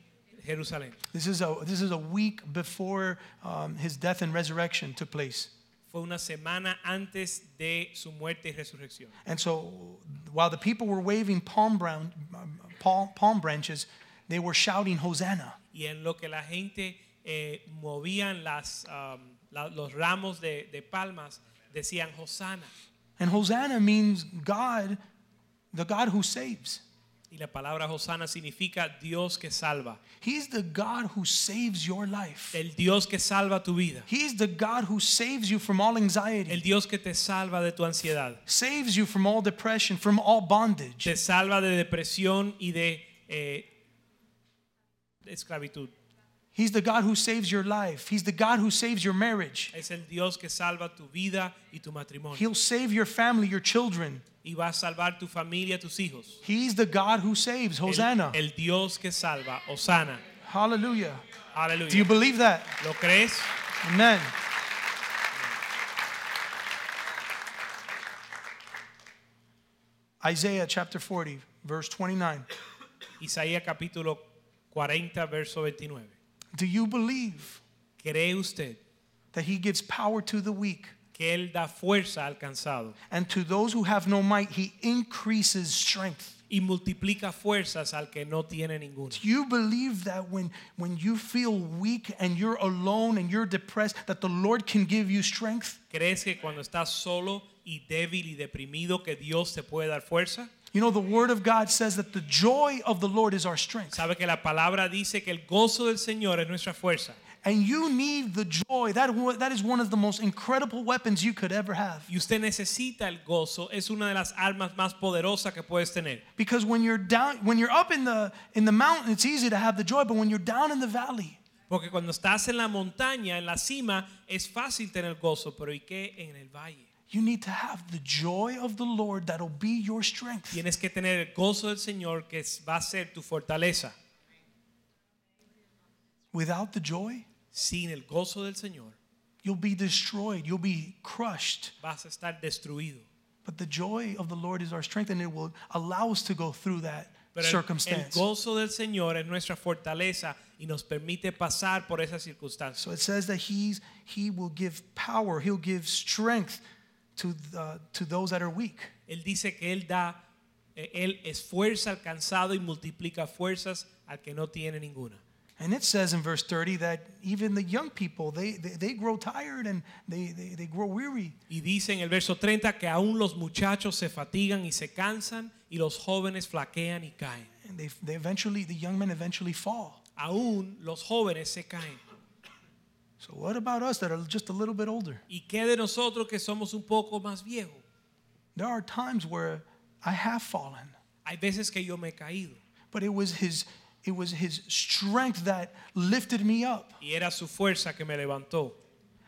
[SPEAKER 3] Jerusalén.
[SPEAKER 2] This is a, this is a week before um, his death and resurrection took place.
[SPEAKER 3] Fue una semana antes de su muerte y resurrección.
[SPEAKER 2] And so while the people were waving palm, brown, um, palm, palm branches, they were shouting, Hosanna.
[SPEAKER 3] y en lo que la gente eh, movían las, um, la- los ramos de, de palmas, decían Hosana.
[SPEAKER 2] And Hosanna means God, the God who saves.
[SPEAKER 3] Y la palabra Hosanna significa Dios que salva.
[SPEAKER 2] He's the God who saves your life.
[SPEAKER 3] El Dios que salva tu vida.
[SPEAKER 2] He's the God who saves you from all
[SPEAKER 3] El
[SPEAKER 2] anxiety,
[SPEAKER 3] Dios que te salva de tu ansiedad.
[SPEAKER 2] saves you from all depression, from all bondage.
[SPEAKER 3] Te salva de depresión y de, eh, de esclavitud.
[SPEAKER 2] He's the God who saves your life. He's the God who saves your marriage.
[SPEAKER 3] Es el Dios que salva tu vida y tu matrimonio.
[SPEAKER 2] He'll save your family, your children.
[SPEAKER 3] Y va a salvar tu familia, tus hijos.
[SPEAKER 2] He's the God who saves.
[SPEAKER 3] El-
[SPEAKER 2] Hosanna.
[SPEAKER 3] El, Dios que salva. Hosanna.
[SPEAKER 2] Hallelujah. Do you
[SPEAKER 3] Aleluya.
[SPEAKER 2] believe that?
[SPEAKER 3] ¿Lo crees?
[SPEAKER 2] Amen. Isaiah chapter 40, verse 29.
[SPEAKER 3] Isaías capítulo 40, verso 29.
[SPEAKER 2] Do you believe
[SPEAKER 3] ¿Cree usted
[SPEAKER 2] that he gives power to the weak?
[SPEAKER 3] que Él da fuerza al cansado
[SPEAKER 2] And to those who have no might, he increases strength.
[SPEAKER 3] y multiplica fuerzas al que no tiene ninguna?
[SPEAKER 2] Do you believe that when, when you feel weak and you're alone and you're depressed, that the Lord can give you strength?
[SPEAKER 3] ¿Crees que cuando estás solo y débil y deprimido que Dios te puede dar fuerza?
[SPEAKER 2] You know, the word of God says that the joy of the Lord is our strength.
[SPEAKER 3] Sabe que la palabra dice que el gozo del Señor es nuestra fuerza.
[SPEAKER 2] And you need the joy. That, wa- that is one of the most incredible weapons you could ever have.
[SPEAKER 3] Y usted necesita el gozo, es una de las armas más poderosas que puedes tener.
[SPEAKER 2] Because when you're down, when you're up in the in the mountain, it's easy to have the joy. But when you're down in the valley,
[SPEAKER 3] Porque cuando estás en la montaña, en la cima, es fácil tener gozo, pero ¿y qué en el valle?
[SPEAKER 2] you need to have the joy of the Lord that'll be your strength.
[SPEAKER 3] Tienes que tener el gozo del Señor que es- va a ser tu fortaleza.
[SPEAKER 2] Without the joy,
[SPEAKER 3] Sin el gozo del Señor
[SPEAKER 2] you'll be destroyed. You'll be crushed.
[SPEAKER 3] vas a estar destruido.
[SPEAKER 2] But the joy of the Lord is our strength, and it will allow us to go through that
[SPEAKER 3] Pero el- el,
[SPEAKER 2] circumstance.
[SPEAKER 3] gozo del Señor es nuestra fortaleza y nos permite pasar por esa circunstancia.
[SPEAKER 2] So it says that he's he will give power. He'll give strength to the, to those that are weak.
[SPEAKER 3] Él dice que Él da, eh, Él esfuerza al cansado y multiplica fuerzas al que no tiene ninguna.
[SPEAKER 2] And it says in verse 30 that even the young people, they, they, they grow tired and they, they, they grow weary.
[SPEAKER 3] Y dice en el verso 30 que aún los muchachos se fatigan y se cansan y los jóvenes flaquean y caen.
[SPEAKER 2] And they, they eventually, the young men eventually fall.
[SPEAKER 3] Aún los jóvenes se caen.
[SPEAKER 2] So what about us that are just a little bit older?
[SPEAKER 3] ¿Y qué de nosotros que somos un poco más viejos?
[SPEAKER 2] There are times where I have fallen,
[SPEAKER 3] Hay veces que yo me he caído
[SPEAKER 2] but it was his, it was his strength that lifted me up.
[SPEAKER 3] y era su fuerza que me levantó.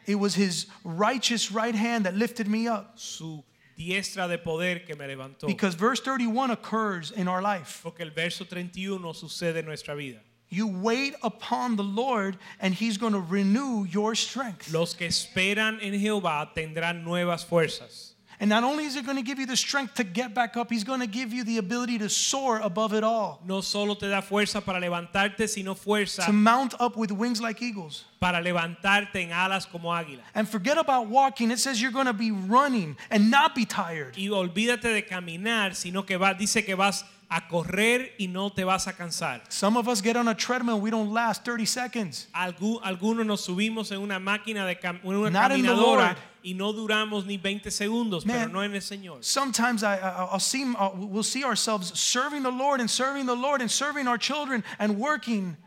[SPEAKER 2] It was his righteous right hand that lifted me up.
[SPEAKER 3] su diestra de poder que me levantó.
[SPEAKER 2] Because verse 31 occurs in our life.
[SPEAKER 3] Porque el verso 31 sucede en nuestra vida.
[SPEAKER 2] You wait upon the Lord and he's going to renew your strength.
[SPEAKER 3] Los que esperan en Jehová tendrán nuevas fuerzas.
[SPEAKER 2] And not only is it going to give you the strength to get back up, he's going to give you the ability to soar above it all,
[SPEAKER 3] No solo te da fuerza para levantarte, sino fuerza
[SPEAKER 2] to mount up with wings like eagles.
[SPEAKER 3] para levantarte en alas como águila.
[SPEAKER 2] And forget about walking. It says you're going to be running and not be tired.
[SPEAKER 3] Y olvídate de caminar, sino que va, dice que vas a correr y no te vas a cansar.
[SPEAKER 2] Some of us get on a treadmill, we don't last 30 seconds.
[SPEAKER 3] Algu- algunos nos subimos en una máquina de cam- en una
[SPEAKER 2] Not in the Lord.
[SPEAKER 3] caminadora y no duramos ni 20 segundos, pero
[SPEAKER 2] Man.
[SPEAKER 3] no en el Señor.
[SPEAKER 2] Sometimes I, I, I'll see, uh, we'll see ourselves serving the Lord and serving the Lord and serving our children and working.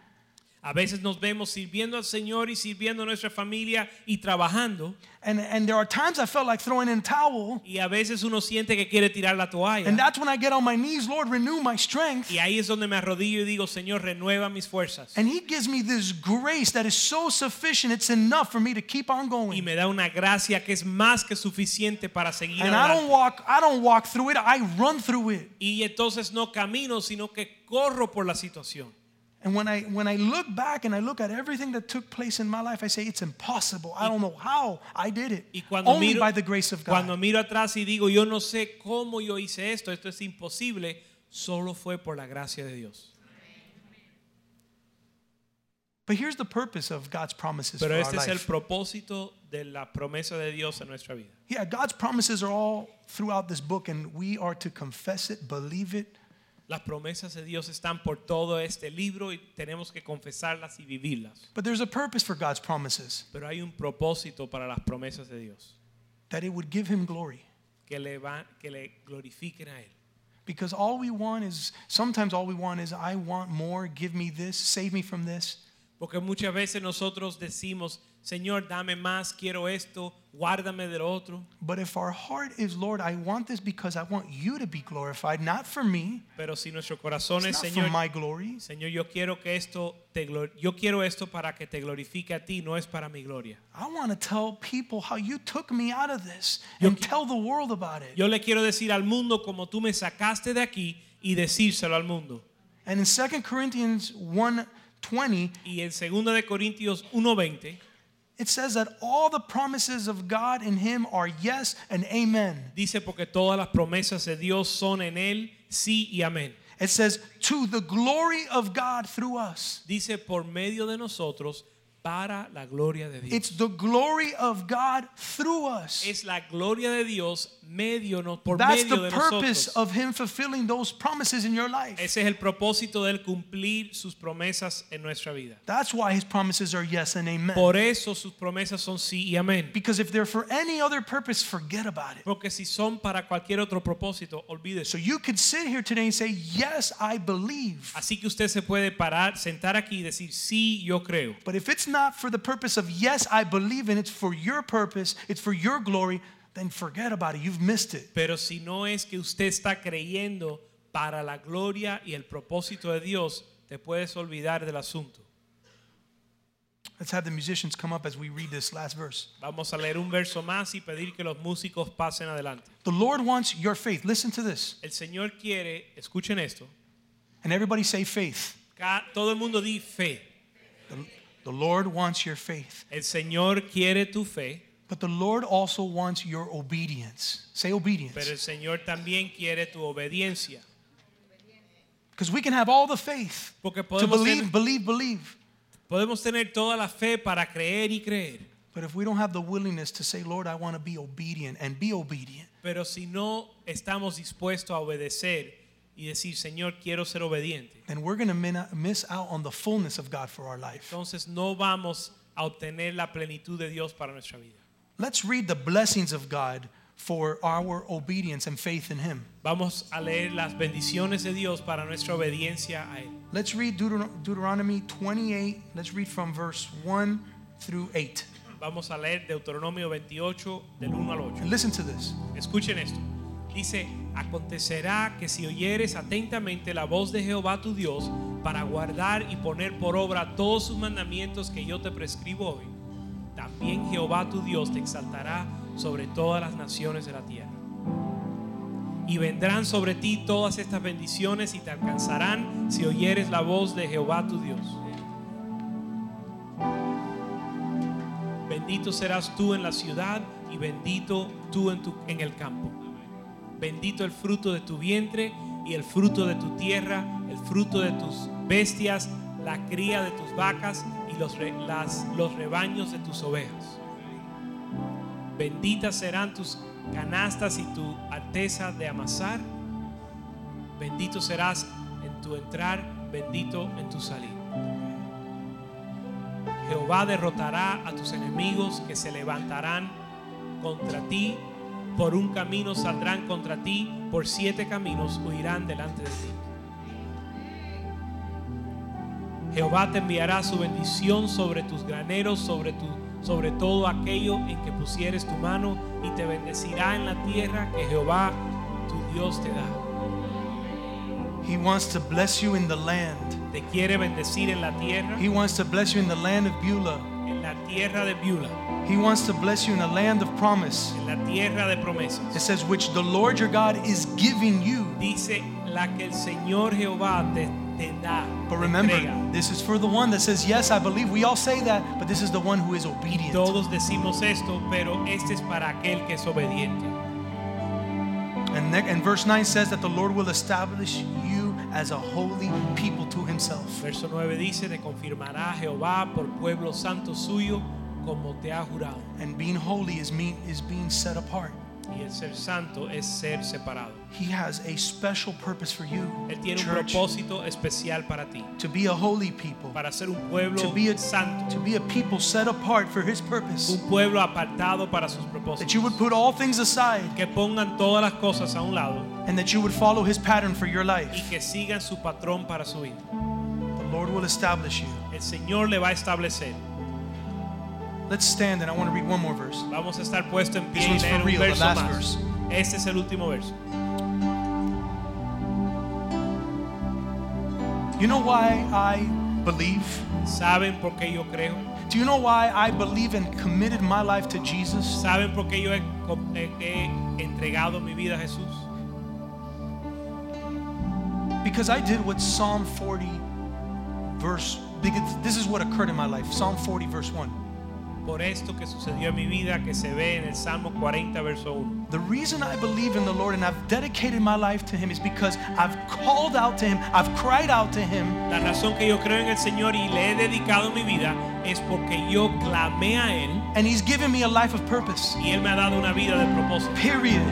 [SPEAKER 3] A veces nos vemos sirviendo al Señor y sirviendo a nuestra familia y trabajando.
[SPEAKER 2] And, and there are times I felt like throwing in a towel.
[SPEAKER 3] Y a veces uno siente que quiere tirar la
[SPEAKER 2] And
[SPEAKER 3] toalla.
[SPEAKER 2] that's when I get on my knees, Lord, renew my strength.
[SPEAKER 3] Y ahí es donde me arrodillo y digo, Señor, renueva mis fuerzas.
[SPEAKER 2] And he gives me this grace that is so sufficient, it's enough for me to keep on
[SPEAKER 3] Y
[SPEAKER 2] going.
[SPEAKER 3] me da una gracia que es más que suficiente para seguir
[SPEAKER 2] And I don't
[SPEAKER 3] adelante.
[SPEAKER 2] walk, I don't walk through it, I run through it.
[SPEAKER 3] Y entonces no camino, sino que corro por la situación.
[SPEAKER 2] And when I when I look back and I look at everything that took place in my life, I say it's impossible. I don't know how I did it.
[SPEAKER 3] Y cuando
[SPEAKER 2] Only
[SPEAKER 3] miro,
[SPEAKER 2] by the grace of
[SPEAKER 3] cuando
[SPEAKER 2] God.
[SPEAKER 3] miro atrás y digo, yo no sé cómo yo hice esto, esto es imposible, solo fue por la gracia de Dios.
[SPEAKER 2] But here's the purpose of God's promises for
[SPEAKER 3] Pero
[SPEAKER 2] our
[SPEAKER 3] este es el
[SPEAKER 2] life.
[SPEAKER 3] propósito de la promesa de Dios en nuestra vida.
[SPEAKER 2] Yeah, God's promises are all throughout this book, and we are to confess it, believe it,
[SPEAKER 3] Las promesas de Dios están por todo este libro y tenemos que confesarlas y vivirlas.
[SPEAKER 2] But there's a purpose for God's promises
[SPEAKER 3] Pero hay un propósito para las promesas de Dios,
[SPEAKER 2] that it would give him glory.
[SPEAKER 3] que le, va- que le glorifiquen a Él.
[SPEAKER 2] Because all we want is, sometimes all we want is, I want more, give me this, save me from this.
[SPEAKER 3] Porque muchas veces nosotros decimos, Señor, dame más, quiero esto, guárdame del otro.
[SPEAKER 2] But if our heart is, Lord, I want this because I want you to be glorified, not for me,
[SPEAKER 3] Pero si nuestro corazón
[SPEAKER 2] it's
[SPEAKER 3] es,
[SPEAKER 2] not for
[SPEAKER 3] Señor,
[SPEAKER 2] my glory.
[SPEAKER 3] Señor, yo quiero que esto te glor- yo quiero esto para que te glorifique a ti, no es para mi gloria.
[SPEAKER 2] I want to tell people how you took me out of this
[SPEAKER 3] Yo
[SPEAKER 2] and
[SPEAKER 3] qui-
[SPEAKER 2] tell the world about it.
[SPEAKER 3] Yo le quiero decir al mundo como tú me sacaste de aquí y decírselo al mundo.
[SPEAKER 2] And in 2 Corinthians 1:20,
[SPEAKER 3] Y en 2 de Corintios 1:20
[SPEAKER 2] it says that all the promises of God in him are yes and amen.
[SPEAKER 3] dice porque todas las promesas de Dios son en él sí y amén.
[SPEAKER 2] It says to the glory of God through us.
[SPEAKER 3] Dice por medio de nosotros para la gloria de Dios.
[SPEAKER 2] It's the glory of God through us.
[SPEAKER 3] es la gloria de Dios medio no, por
[SPEAKER 2] That's
[SPEAKER 3] medio
[SPEAKER 2] the
[SPEAKER 3] de
[SPEAKER 2] purpose
[SPEAKER 3] nosotros.
[SPEAKER 2] of him fulfilling those promises in your life.
[SPEAKER 3] Ese es el propósito de él cumplir sus promesas en nuestra vida.
[SPEAKER 2] That's why his promises are yes and amen.
[SPEAKER 3] Por eso sus promesas son sí y amén.
[SPEAKER 2] Because if they're for any other purpose, forget about it.
[SPEAKER 3] Porque si son para cualquier otro propósito,
[SPEAKER 2] So
[SPEAKER 3] olvídese.
[SPEAKER 2] you could sit here today and say, Yes, I believe.
[SPEAKER 3] Así que usted se puede parar, sentar aquí y decir, sí, yo creo.
[SPEAKER 2] But if it's not for the purpose of, yes, I believe, and it's for your purpose, it's for your glory, then forget about it. You've missed it.
[SPEAKER 3] Pero si no es que usted está creyendo para la gloria y el propósito de Dios, te puedes olvidar del asunto.
[SPEAKER 2] Let's have the musicians come up as we read this last verse.
[SPEAKER 3] Vamos a leer un verso más y pedir que los músicos pasen adelante.
[SPEAKER 2] The Lord wants your faith. Listen to this.
[SPEAKER 3] El Señor quiere, escuchen esto,
[SPEAKER 2] And everybody say, faith.
[SPEAKER 3] ca- todo el mundo di fe.
[SPEAKER 2] The, the Lord wants your faith.
[SPEAKER 3] El Señor quiere tu fe,
[SPEAKER 2] But the Lord also wants your obedience. Say
[SPEAKER 3] pero el
[SPEAKER 2] obedience.
[SPEAKER 3] Señor también quiere tu obediencia.
[SPEAKER 2] Because we can have all the faith
[SPEAKER 3] Porque
[SPEAKER 2] to
[SPEAKER 3] podemos
[SPEAKER 2] believe,
[SPEAKER 3] tener-
[SPEAKER 2] believe, believe.
[SPEAKER 3] Podemos tener toda la fe para creer y creer,
[SPEAKER 2] But if we don't have the willingness to say, Lord, I want to be obedient and be obedient,
[SPEAKER 3] pero si no estamos dispuestos a obedecer y decir, Señor, quiero ser obediente,
[SPEAKER 2] then we're going to miss out on the fullness of God for our life.
[SPEAKER 3] entonces no vamos a obtener la plenitud de Dios para nuestra vida.
[SPEAKER 2] Let's read the blessings of God for our obedience and faith in Him.
[SPEAKER 3] Vamos a leer las bendiciones de Dios para nuestra obediencia a Él.
[SPEAKER 2] Let's read Deuteron- Deuteronomy 28. Let's read from verse 1 through 8.
[SPEAKER 3] Vamos a leer Deuteronomio 28 del 1 al 8.
[SPEAKER 2] And listen to this.
[SPEAKER 3] Escuchen esto. Dice, acontecerá que si oyeres atentamente la voz de Jehová tu Dios para guardar y poner por obra todos sus mandamientos que yo te prescribo hoy, también Jehová tu Dios te exaltará sobre todas las naciones de la tierra. Y vendrán sobre ti todas estas bendiciones y te alcanzarán si oyeres la voz de Jehová tu Dios. Bendito serás tú en la ciudad y bendito tú en, tu- en el campo. Bendito el fruto de tu vientre y el fruto de tu tierra, el fruto de tus bestias, la cría de tus vacas y los, re- las- los rebaños de tus ovejas. Benditas serán tus canastas y tu arteza de amasar. Bendito serás en tu entrar, bendito en tu salir. Jehová derrotará a tus enemigos que se levantarán contra ti. Por un camino saldrán contra ti, por siete caminos huirán delante de ti. Jehová te enviará su bendición sobre tus graneros, sobre, tu, sobre todo aquello en que pusieres tu mano, y te bendecirá en la tierra que Jehová tu Dios te da.
[SPEAKER 2] He wants to bless you in the land.
[SPEAKER 3] Te quiere bendecir en la tierra,
[SPEAKER 2] He wants to bless you in the land of Beulah.
[SPEAKER 3] en la tierra de Beulah,
[SPEAKER 2] He wants to bless you in the land of promise.
[SPEAKER 3] en la tierra de promesas.
[SPEAKER 2] It says, which the Lord your God is giving you.
[SPEAKER 3] dice la que el Señor Jehová te, te da.
[SPEAKER 2] But
[SPEAKER 3] te
[SPEAKER 2] remember,
[SPEAKER 3] entrega.
[SPEAKER 2] this is for the one that says, Yes, I believe. We all say that, but this is the one who is obedient.
[SPEAKER 3] todos decimos esto, pero este es para aquel que es obediente.
[SPEAKER 2] And, ne- and verse 9 says that the Lord will establish you as a holy people to himself.
[SPEAKER 3] Verso 9 dice, te confirmará Jehová por pueblo santo suyo como te ha jurado.
[SPEAKER 2] And being holy is, mean, is being set apart.
[SPEAKER 3] Y el ser santo es ser separado.
[SPEAKER 2] He has a special purpose for you,
[SPEAKER 3] Él tiene un
[SPEAKER 2] church,
[SPEAKER 3] propósito especial para ti,
[SPEAKER 2] to be a holy people,
[SPEAKER 3] para ser un pueblo
[SPEAKER 2] to be a
[SPEAKER 3] santo,
[SPEAKER 2] to be a people set apart for His purpose.
[SPEAKER 3] un pueblo apartado para sus
[SPEAKER 2] That you would
[SPEAKER 3] propósitos.
[SPEAKER 2] put all things aside
[SPEAKER 3] Que pongan todas las cosas a un lado
[SPEAKER 2] and that you would follow His pattern for your
[SPEAKER 3] y
[SPEAKER 2] life.
[SPEAKER 3] que sigan su patrón para su vida.
[SPEAKER 2] The Lord will establish you.
[SPEAKER 3] El Señor le va a establecer.
[SPEAKER 2] Let's stand, and I want to read one more verse.
[SPEAKER 3] Vamos a estar puesto en
[SPEAKER 2] This
[SPEAKER 3] pie y
[SPEAKER 2] one's for
[SPEAKER 3] leer un
[SPEAKER 2] real, the
[SPEAKER 3] verso
[SPEAKER 2] last
[SPEAKER 3] más.
[SPEAKER 2] verse.
[SPEAKER 3] Este es el último verso.
[SPEAKER 2] You know why I believe?
[SPEAKER 3] ¿Saben por qué yo creo?
[SPEAKER 2] Do you know why I believe and committed my life to Jesus?
[SPEAKER 3] ¿Saben por qué yo he, eh, he entregado mi vida a Jesús?
[SPEAKER 2] Because I did what Psalm 40 verse because this is what occurred in my life. Psalm 40 verse 1.
[SPEAKER 3] Por esto que sucedió en mi vida que se ve en el Salmo 40, verso 1.
[SPEAKER 2] The reason I believe in the Lord and I've dedicated my life to him is because I've called out to him, I've cried out to him,
[SPEAKER 3] La razón que yo creo en el Señor y le he dedicado mi vida es porque yo clamé a Él
[SPEAKER 2] and he's given me a life of purpose.
[SPEAKER 3] y Él me ha dado una vida de propósito.
[SPEAKER 2] Period.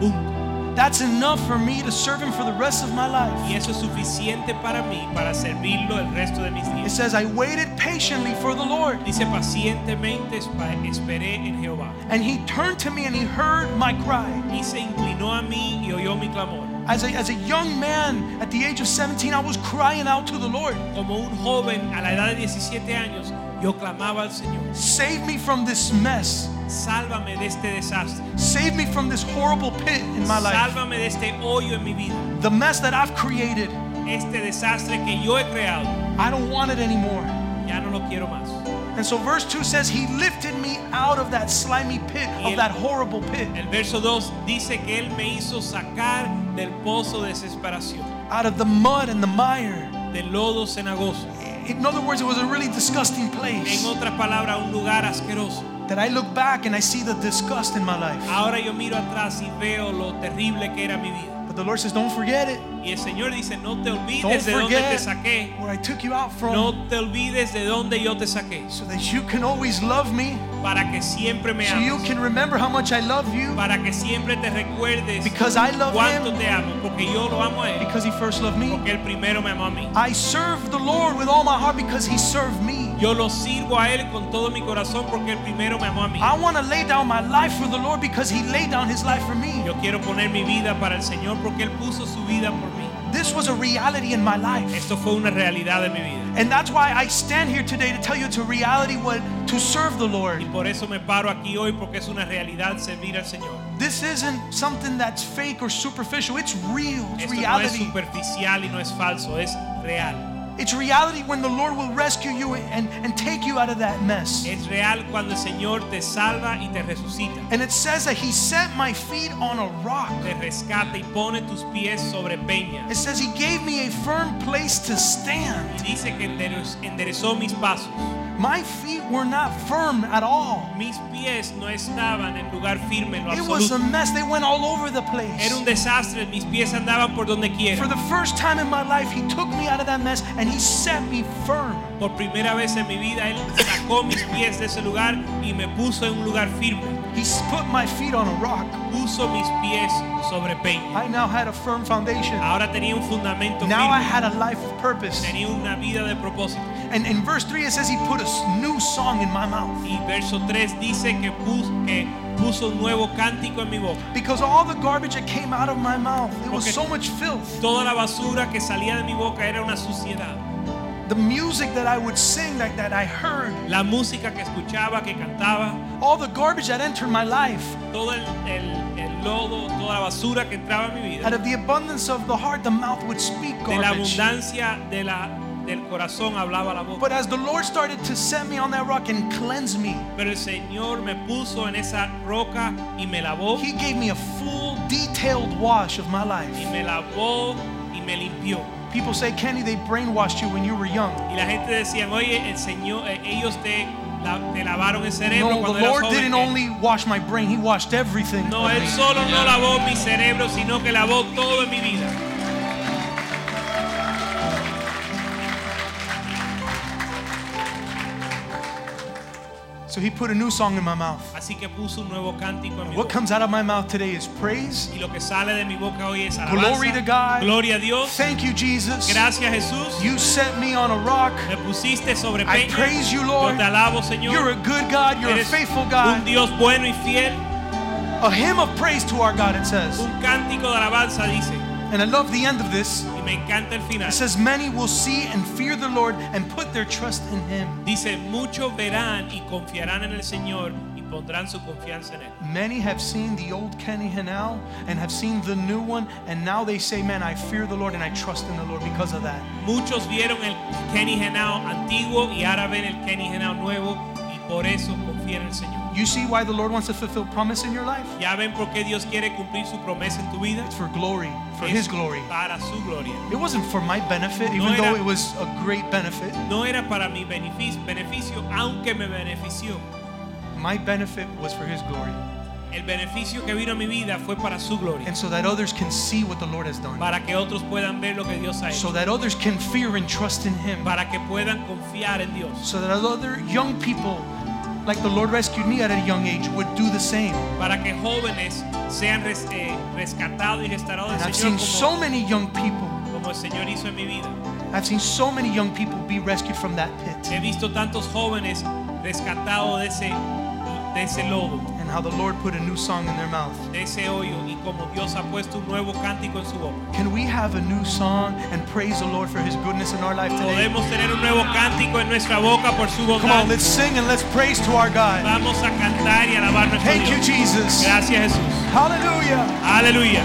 [SPEAKER 3] Punto.
[SPEAKER 2] That's enough for me to serve him for the rest of my
[SPEAKER 3] Y
[SPEAKER 2] life.
[SPEAKER 3] eso es suficiente para mí para servirlo el resto de mis
[SPEAKER 2] It
[SPEAKER 3] días.
[SPEAKER 2] says I waited patiently for the Lord.
[SPEAKER 3] Dice pacientemente espa- esperé en Jehová.
[SPEAKER 2] And he turned to me and he heard my cry.
[SPEAKER 3] Y se inclinó a mí y oyó mi clamor.
[SPEAKER 2] As a, as a young man at the age of 17, I was crying out to the Lord,
[SPEAKER 3] Como un joven a la edad de 17 años, yo clamaba al Señor,
[SPEAKER 2] Save me from this mess.
[SPEAKER 3] sálvame de este desastre,
[SPEAKER 2] Save me from this horrible pit in my life.
[SPEAKER 3] sálvame de este hoyo en mi vida,
[SPEAKER 2] The mess that I've created,
[SPEAKER 3] este desastre que yo he creado,
[SPEAKER 2] I don't want it anymore.
[SPEAKER 3] ya no lo quiero más.
[SPEAKER 2] And so, verse 2 says, He lifted me out of that slimy pit, of that horrible pit,
[SPEAKER 3] El verso 2 dice que Él me hizo sacar del pozo de desesperación,
[SPEAKER 2] out of the mud and the mire.
[SPEAKER 3] del lodo cenagoso.
[SPEAKER 2] In other words, it was a really disgusting
[SPEAKER 3] En
[SPEAKER 2] place
[SPEAKER 3] otras palabras, un lugar asqueroso.
[SPEAKER 2] that I look back and I see the disgust in my life.
[SPEAKER 3] Ahora yo miro atrás y veo lo terrible que era mi vida.
[SPEAKER 2] But the Lord says, Don't forget it.
[SPEAKER 3] Y el Señor dice, no te
[SPEAKER 2] Don't
[SPEAKER 3] olvides de donde te
[SPEAKER 2] forget
[SPEAKER 3] saqué.
[SPEAKER 2] where I took you out from.
[SPEAKER 3] No te olvides de donde yo te saqué.
[SPEAKER 2] so that you can always love me,
[SPEAKER 3] Para que siempre me
[SPEAKER 2] so you
[SPEAKER 3] ames.
[SPEAKER 2] can remember how much I love you,
[SPEAKER 3] Para que siempre te recuerdes
[SPEAKER 2] because I love
[SPEAKER 3] cuánto
[SPEAKER 2] him,
[SPEAKER 3] te amo. Porque yo lo amo a Él.
[SPEAKER 2] because he first loved me.
[SPEAKER 3] Porque Él primero me amó a mí.
[SPEAKER 2] I serve the Lord with all my heart because he served me.
[SPEAKER 3] Yo lo sirvo a Él con todo mi corazón porque Él primero me amó a mí.
[SPEAKER 2] I want to lay down my life for the Lord because he laid down his life for me.
[SPEAKER 3] Yo quiero poner mi vida para el Señor porque Él puso su vida por mí.
[SPEAKER 2] This was a reality in my life.
[SPEAKER 3] Esto fue una realidad de mi vida.
[SPEAKER 2] And that's why I stand here today to tell you it's a reality what to serve the
[SPEAKER 3] Y
[SPEAKER 2] Lord.
[SPEAKER 3] por eso me paro aquí hoy porque es una realidad servir al Señor.
[SPEAKER 2] This isn't something that's fake or superficial. It's real. It's
[SPEAKER 3] Esto no es
[SPEAKER 2] reality.
[SPEAKER 3] superficial y no es falso, es real.
[SPEAKER 2] It's reality when the Lord will rescue you and, and take you out of that mess.
[SPEAKER 3] Es real cuando el Señor te salva y te resucita.
[SPEAKER 2] And it says that he set my feet on a rock.
[SPEAKER 3] Te rescata y pone tus pies sobre peña.
[SPEAKER 2] It says he gave me a firm place to stand.
[SPEAKER 3] Y dice que enderez- enderezó mis pasos.
[SPEAKER 2] My feet were not firm at all.
[SPEAKER 3] Mis pies no estaban en lugar firme en lo
[SPEAKER 2] It was a
[SPEAKER 3] absoluto.
[SPEAKER 2] mess. They went all over the
[SPEAKER 3] Era un
[SPEAKER 2] place.
[SPEAKER 3] desastre, mis pies andaban por donde
[SPEAKER 2] For
[SPEAKER 3] quiera.
[SPEAKER 2] the first time in my life, he took me out of that mess and he set me firm.
[SPEAKER 3] Por primera vez en mi vida, Él sacó mis pies de ese lugar y me puso en un lugar firme.
[SPEAKER 2] He s- put my feet on a rock.
[SPEAKER 3] Puso mis pies sobre peña.
[SPEAKER 2] I now had a firm foundation.
[SPEAKER 3] Ahora tenía un fundamento
[SPEAKER 2] Now I
[SPEAKER 3] firme.
[SPEAKER 2] had a life of purpose.
[SPEAKER 3] tenía una vida de propósito.
[SPEAKER 2] And in verse 3, it says he put a s- new song in my mouth.
[SPEAKER 3] Y verso 3 dice que puso, que puso un nuevo cántico en mi boca.
[SPEAKER 2] Because all the garbage that came out of my mouth, it was
[SPEAKER 3] Okay.
[SPEAKER 2] so much filth.
[SPEAKER 3] Toda la basura que salía de mi boca era una suciedad.
[SPEAKER 2] The music that I would sing, like that I heard,
[SPEAKER 3] La música que escuchaba, que cantaba,
[SPEAKER 2] all the garbage that entered my life,
[SPEAKER 3] todo el, el- el lodo, toda la basura que entraba en mi
[SPEAKER 2] out
[SPEAKER 3] vida.
[SPEAKER 2] of the abundance of the heart, the mouth would speak
[SPEAKER 3] De la
[SPEAKER 2] garbage.
[SPEAKER 3] abundancia de la, del corazón hablaba la boca.
[SPEAKER 2] But as the Lord started to set me on that rock and cleanse me,
[SPEAKER 3] Pero el Señor me puso en esa roca y me lavó,
[SPEAKER 2] He gave me a full, detailed wash of my
[SPEAKER 3] y
[SPEAKER 2] life.
[SPEAKER 3] me lavó y me limpió.
[SPEAKER 2] People say, Kenny, they brainwashed you when you were young.
[SPEAKER 3] Y la gente decía, oye, el Señor, eh, ellos te, la- te lavaron el cerebro
[SPEAKER 2] No,
[SPEAKER 3] cuando
[SPEAKER 2] the
[SPEAKER 3] eras
[SPEAKER 2] Lord
[SPEAKER 3] joven". eh.
[SPEAKER 2] didn't only wash my brain, He washed everything.
[SPEAKER 3] No,
[SPEAKER 2] of
[SPEAKER 3] él
[SPEAKER 2] me.
[SPEAKER 3] solo no lavó mi cerebro, sino que lavó todo en mi vida.
[SPEAKER 2] So he put a new song in my mouth.
[SPEAKER 3] Así que puso un nuevo cántico en mi
[SPEAKER 2] What
[SPEAKER 3] boca.
[SPEAKER 2] comes out of my mouth today is praise.
[SPEAKER 3] Y lo que sale de mi boca hoy es alabanza.
[SPEAKER 2] Glory to God.
[SPEAKER 3] Gloria a Dios.
[SPEAKER 2] Thank you, Jesus.
[SPEAKER 3] Gracias Jesús.
[SPEAKER 2] You set me on a rock.
[SPEAKER 3] Me pusiste sobre
[SPEAKER 2] I
[SPEAKER 3] peña.
[SPEAKER 2] praise you,
[SPEAKER 3] Yo
[SPEAKER 2] Lord.
[SPEAKER 3] te alabo, Señor.
[SPEAKER 2] You're a good God. You're a
[SPEAKER 3] Eres
[SPEAKER 2] faithful
[SPEAKER 3] un
[SPEAKER 2] God.
[SPEAKER 3] Dios bueno y fiel.
[SPEAKER 2] A hymn of praise to our God, it says.
[SPEAKER 3] Un cántico de alabanza dice.
[SPEAKER 2] And I love the end of this.
[SPEAKER 3] Y me encanta el final.
[SPEAKER 2] It says, Many will see and fear the Lord and put their trust in him.
[SPEAKER 3] Dice, muchos verán y confiarán en el Señor y pondrán su confianza en Él.
[SPEAKER 2] Many have seen the old Kenny Hanau and have seen the new one, and now they say, Man, I fear the Lord and I trust in the Lord because of that.
[SPEAKER 3] Muchos vieron el Kenny Henao antiguo y ahora ven el Kenny Henao nuevo y por eso confían en el Señor.
[SPEAKER 2] You see why the Lord wants to fulfill promise in your life?
[SPEAKER 3] Ya ven por qué Dios quiere cumplir su promesa en tu vida.
[SPEAKER 2] It's for glory, for
[SPEAKER 3] Es
[SPEAKER 2] his glory.
[SPEAKER 3] Para su gloria.
[SPEAKER 2] It wasn't for my benefit,
[SPEAKER 3] No
[SPEAKER 2] even though
[SPEAKER 3] era-
[SPEAKER 2] it was a great benefit.
[SPEAKER 3] No era para mi benefic- beneficio, aunque me benefició.
[SPEAKER 2] My benefit was for his glory.
[SPEAKER 3] El beneficio que vino a mi vida fue para su gloria.
[SPEAKER 2] And so that others can see what the Lord has done.
[SPEAKER 3] Para que otros puedan ver lo que Dios ha
[SPEAKER 2] So
[SPEAKER 3] hecho.
[SPEAKER 2] that others can fear and trust in him.
[SPEAKER 3] Para que puedan confiar en Dios.
[SPEAKER 2] So that other young people, like the Lord rescued me at a young age, would do the same.
[SPEAKER 3] Para que jóvenes sean res- eh, rescatados y restaurados
[SPEAKER 2] And
[SPEAKER 3] del
[SPEAKER 2] I've seen
[SPEAKER 3] Señor
[SPEAKER 2] so
[SPEAKER 3] como,
[SPEAKER 2] many young people.
[SPEAKER 3] como el Señor hizo en mi vida.
[SPEAKER 2] I've seen so many young people be rescued from that pit.
[SPEAKER 3] He visto tantos jóvenes rescatados de ese, de ese lodo,
[SPEAKER 2] And how the Lord put a new song in their mouth.
[SPEAKER 3] de ese hoyo, y como Dios ha puesto un nuevo cántico en su boca.
[SPEAKER 2] Can we have a new song and praise the Lord for his goodness in our life today?
[SPEAKER 3] Podemos tener un nuevo cántico en nuestra boca por su
[SPEAKER 2] Come
[SPEAKER 3] bondad.
[SPEAKER 2] on, let's sing and let's praise to our God.
[SPEAKER 3] Vamos a cantar y alabar nuestro
[SPEAKER 2] Thank you,
[SPEAKER 3] Dios.
[SPEAKER 2] Jesus.
[SPEAKER 3] Gracias, Jesús.
[SPEAKER 2] Hallelujah.
[SPEAKER 3] Aleluya.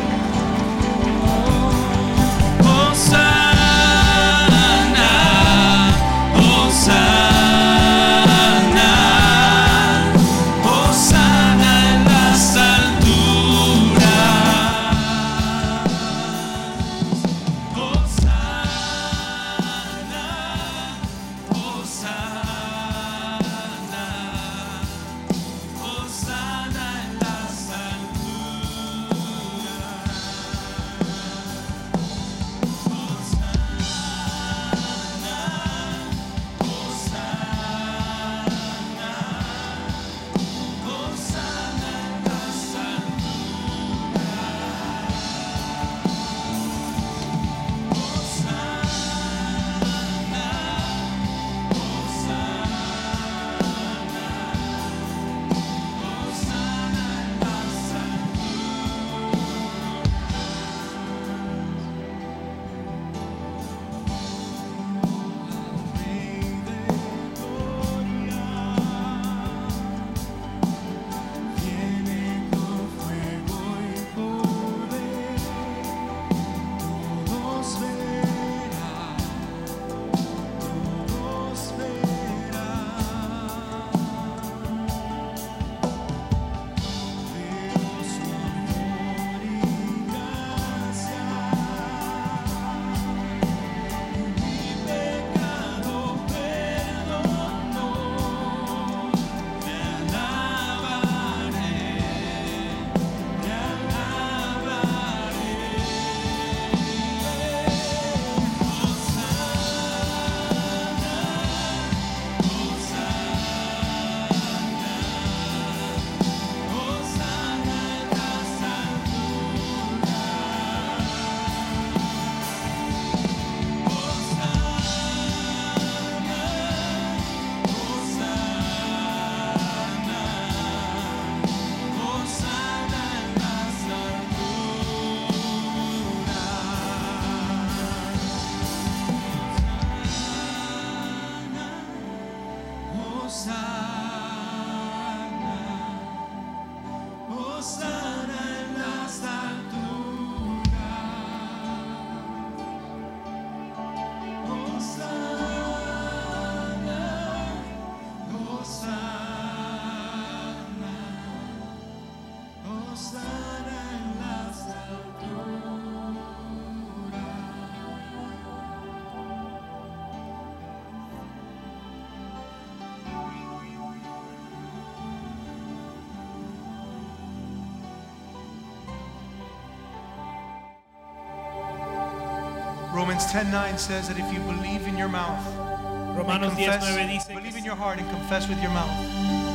[SPEAKER 2] Romans 10:9 says that if you believe in your mouth, and
[SPEAKER 3] Romanos
[SPEAKER 2] confess,
[SPEAKER 3] 19 dice
[SPEAKER 2] believe
[SPEAKER 3] que
[SPEAKER 2] in
[SPEAKER 3] si-
[SPEAKER 2] your heart and confess with your mouth,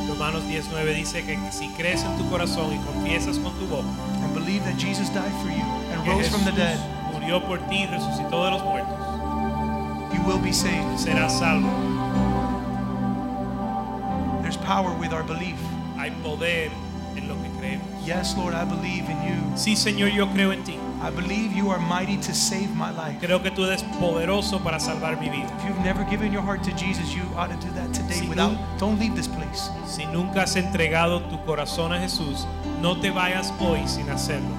[SPEAKER 3] Romanos 19 dice que si crees en tu corazón y confiesas con tu boca
[SPEAKER 2] and believe that Jesus died for you and
[SPEAKER 3] que
[SPEAKER 2] rose
[SPEAKER 3] Jesús
[SPEAKER 2] from the dead,
[SPEAKER 3] murió por ti y resucitó de los muertos,
[SPEAKER 2] you will be saved.
[SPEAKER 3] serás salvo.
[SPEAKER 2] There's power with our belief.
[SPEAKER 3] Hay poder en lo que creemos.
[SPEAKER 2] Yes, Lord, I believe in you.
[SPEAKER 3] Sí, Señor, yo creo en ti.
[SPEAKER 2] I believe you are mighty to save my life.
[SPEAKER 3] Creo que tú eres poderoso para salvar mi vida.
[SPEAKER 2] If you've never given your heart to Jesus, you ought to do that today
[SPEAKER 3] Si
[SPEAKER 2] without
[SPEAKER 3] nun-
[SPEAKER 2] don't leave this place.
[SPEAKER 3] Si nunca has entregado tu corazón a Jesús, no te vayas hoy sin hacerlo.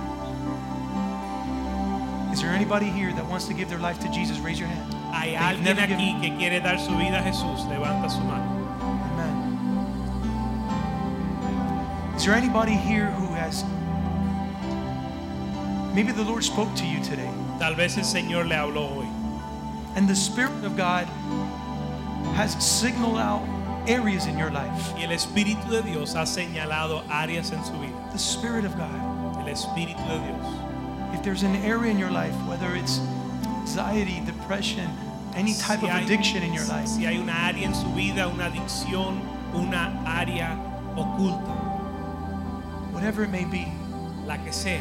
[SPEAKER 2] Is there anybody here that wants to give their life to Jesus? Raise your hand.
[SPEAKER 3] Hay
[SPEAKER 2] That you've
[SPEAKER 3] alguien
[SPEAKER 2] never given-
[SPEAKER 3] aquí que quiere dar su vida a Jesús, levanta su mano.
[SPEAKER 2] Amen. Is there anybody here who has maybe the Lord spoke to you today
[SPEAKER 3] Tal vez el Señor le habló hoy
[SPEAKER 2] and the Spirit of God has signaled out areas in your life?
[SPEAKER 3] y el Espíritu de Dios ha señalado áreas en su vida.
[SPEAKER 2] The Spirit of God.
[SPEAKER 3] El Espíritu de Dios.
[SPEAKER 2] If there's an area in your life, whether it's anxiety, depression, any type
[SPEAKER 3] Si
[SPEAKER 2] of
[SPEAKER 3] hay-
[SPEAKER 2] addiction in your life,
[SPEAKER 3] si hay una área en su vida, una adicción, una área oculta,
[SPEAKER 2] whatever it may be,
[SPEAKER 3] la que sea.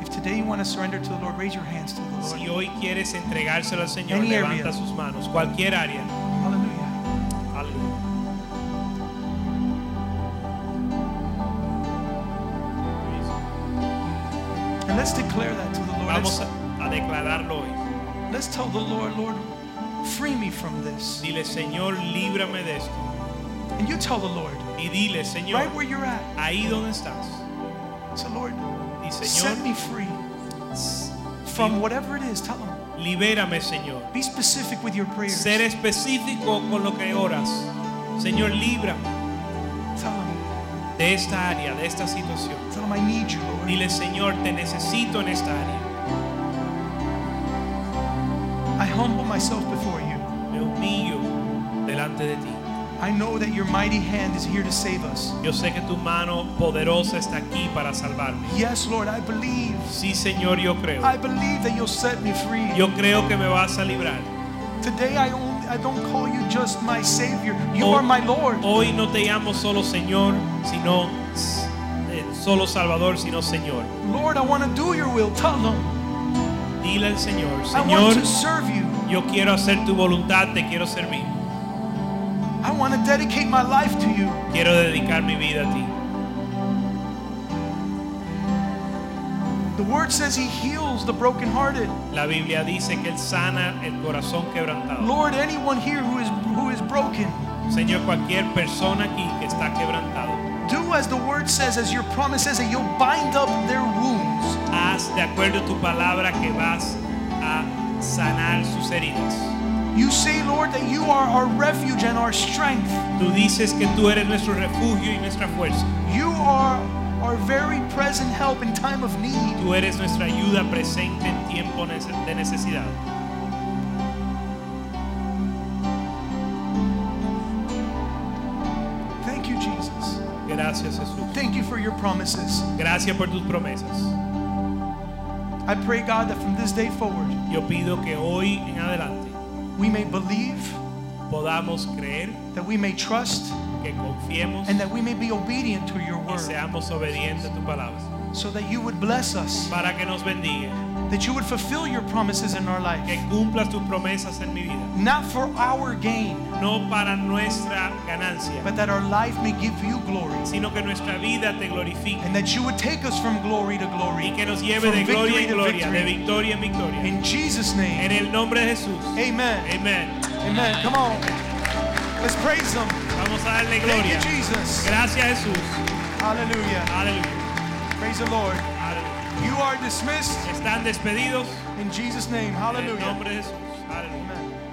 [SPEAKER 2] if today you want to surrender to the Lord, raise your hands to the
[SPEAKER 3] Si
[SPEAKER 2] Lord.
[SPEAKER 3] hoy quieres entregárselo al Señor,
[SPEAKER 2] Any area.
[SPEAKER 3] levanta sus manos. Cualquier área.
[SPEAKER 2] Hallelujah.
[SPEAKER 3] Aleluya.
[SPEAKER 2] And let's declare that to the Lord.
[SPEAKER 3] Vamos
[SPEAKER 2] Let's,
[SPEAKER 3] a, a declararlo hoy.
[SPEAKER 2] let's tell the Lord, Lord, free me from this.
[SPEAKER 3] Dile, Señor, líbrame de esto.
[SPEAKER 2] And you tell the Lord,
[SPEAKER 3] Y dile, Señor,
[SPEAKER 2] right where you're at,
[SPEAKER 3] ahí donde estás.
[SPEAKER 2] say, Lord,
[SPEAKER 3] Y
[SPEAKER 2] set
[SPEAKER 3] Señor,
[SPEAKER 2] me free
[SPEAKER 3] s-
[SPEAKER 2] from
[SPEAKER 3] li-
[SPEAKER 2] whatever it is. Tell him.
[SPEAKER 3] libérame, Señor.
[SPEAKER 2] Be specific with your prayers.
[SPEAKER 3] Ser
[SPEAKER 2] Tell
[SPEAKER 3] específico con lo que oras. Señor, líbrame
[SPEAKER 2] him.
[SPEAKER 3] de esta área, de esta situación.
[SPEAKER 2] Tell him I need you, Lord.
[SPEAKER 3] Dile, Señor, te necesito en esta área.
[SPEAKER 2] I humble myself before you.
[SPEAKER 3] Me humillo delante de ti.
[SPEAKER 2] I know that your mighty hand is here to save us.
[SPEAKER 3] Yo sé que tu mano poderosa está aquí para salvarme.
[SPEAKER 2] Yes, Lord, I believe.
[SPEAKER 3] Sí, Señor, yo creo.
[SPEAKER 2] I believe that you'll set me free.
[SPEAKER 3] Yo creo que me vas a librar.
[SPEAKER 2] Today I only, I don't call you just my Savior. You
[SPEAKER 3] Hoy-
[SPEAKER 2] are my Lord.
[SPEAKER 3] Hoy no te llamo solo Señor, sino eh, solo Salvador, sino Señor.
[SPEAKER 2] Lord, I want to do your will. Tell him.
[SPEAKER 3] Dile al Señor,
[SPEAKER 2] I want
[SPEAKER 3] Señor,
[SPEAKER 2] to serve you.
[SPEAKER 3] yo quiero hacer tu voluntad, te quiero servir.
[SPEAKER 2] I want to dedicate my life to you.
[SPEAKER 3] Quiero dedicar mi vida a ti.
[SPEAKER 2] The word says he heals the brokenhearted.
[SPEAKER 3] La Biblia dice que Él sana el corazón quebrantado.
[SPEAKER 2] Lord, anyone here who is who is broken,
[SPEAKER 3] Señor, cualquier persona aquí que está quebrantado,
[SPEAKER 2] do as the word says, as your promise says, that you'll bind up their wounds.
[SPEAKER 3] haz de acuerdo a tu palabra que vas a sanar sus heridas.
[SPEAKER 2] You say, Lord, that you are our refuge and our strength.
[SPEAKER 3] Tú dices que tú eres nuestro refugio y nuestra fuerza.
[SPEAKER 2] You are our very present help in time of need.
[SPEAKER 3] Tú eres nuestra ayuda presente en tiempo nece- de necesidad.
[SPEAKER 2] Thank you, Jesus.
[SPEAKER 3] Gracias Jesús.
[SPEAKER 2] Thank you for your promises.
[SPEAKER 3] Gracias por tus promesas.
[SPEAKER 2] I pray, God, that from this day forward,
[SPEAKER 3] Yo pido que hoy en adelante
[SPEAKER 2] we may believe,
[SPEAKER 3] podamos creer,
[SPEAKER 2] that we may trust,
[SPEAKER 3] que confiemos
[SPEAKER 2] and that we may be obedient to your
[SPEAKER 3] y
[SPEAKER 2] word,
[SPEAKER 3] seamos obedientes a tu palabra.
[SPEAKER 2] so that you would bless us.
[SPEAKER 3] Para que nos bendiga,
[SPEAKER 2] that you would fulfill your promises in our
[SPEAKER 3] que
[SPEAKER 2] life,
[SPEAKER 3] cumplas tus promesas en mi vida.
[SPEAKER 2] not for our gain,
[SPEAKER 3] No para nuestra ganancia,
[SPEAKER 2] but that our life may give you glory,
[SPEAKER 3] sino que nuestra vida te glorifique
[SPEAKER 2] and that you would take us from glory to glory,
[SPEAKER 3] y que nos lleve de
[SPEAKER 2] from
[SPEAKER 3] gloria
[SPEAKER 2] victory
[SPEAKER 3] en
[SPEAKER 2] to
[SPEAKER 3] gloria, de
[SPEAKER 2] victory.
[SPEAKER 3] victoria en victoria.
[SPEAKER 2] In Jesus' name,
[SPEAKER 3] En el nombre de Jesús.
[SPEAKER 2] amen.
[SPEAKER 3] Amén.
[SPEAKER 2] Amen. Come on. Let's praise Him.
[SPEAKER 3] Vamos a darle
[SPEAKER 2] Thank
[SPEAKER 3] gloria.
[SPEAKER 2] you, Jesus.
[SPEAKER 3] Gracias Jesús.
[SPEAKER 2] Hallelujah.
[SPEAKER 3] Aleluya.
[SPEAKER 2] Praise the Lord.
[SPEAKER 3] Aleluya.
[SPEAKER 2] You are dismissed
[SPEAKER 3] Están despedidos.
[SPEAKER 2] in Jesus' name.
[SPEAKER 3] En el
[SPEAKER 2] Hallelujah.
[SPEAKER 3] nombre de Jesús. Aleluya.
[SPEAKER 2] Amen.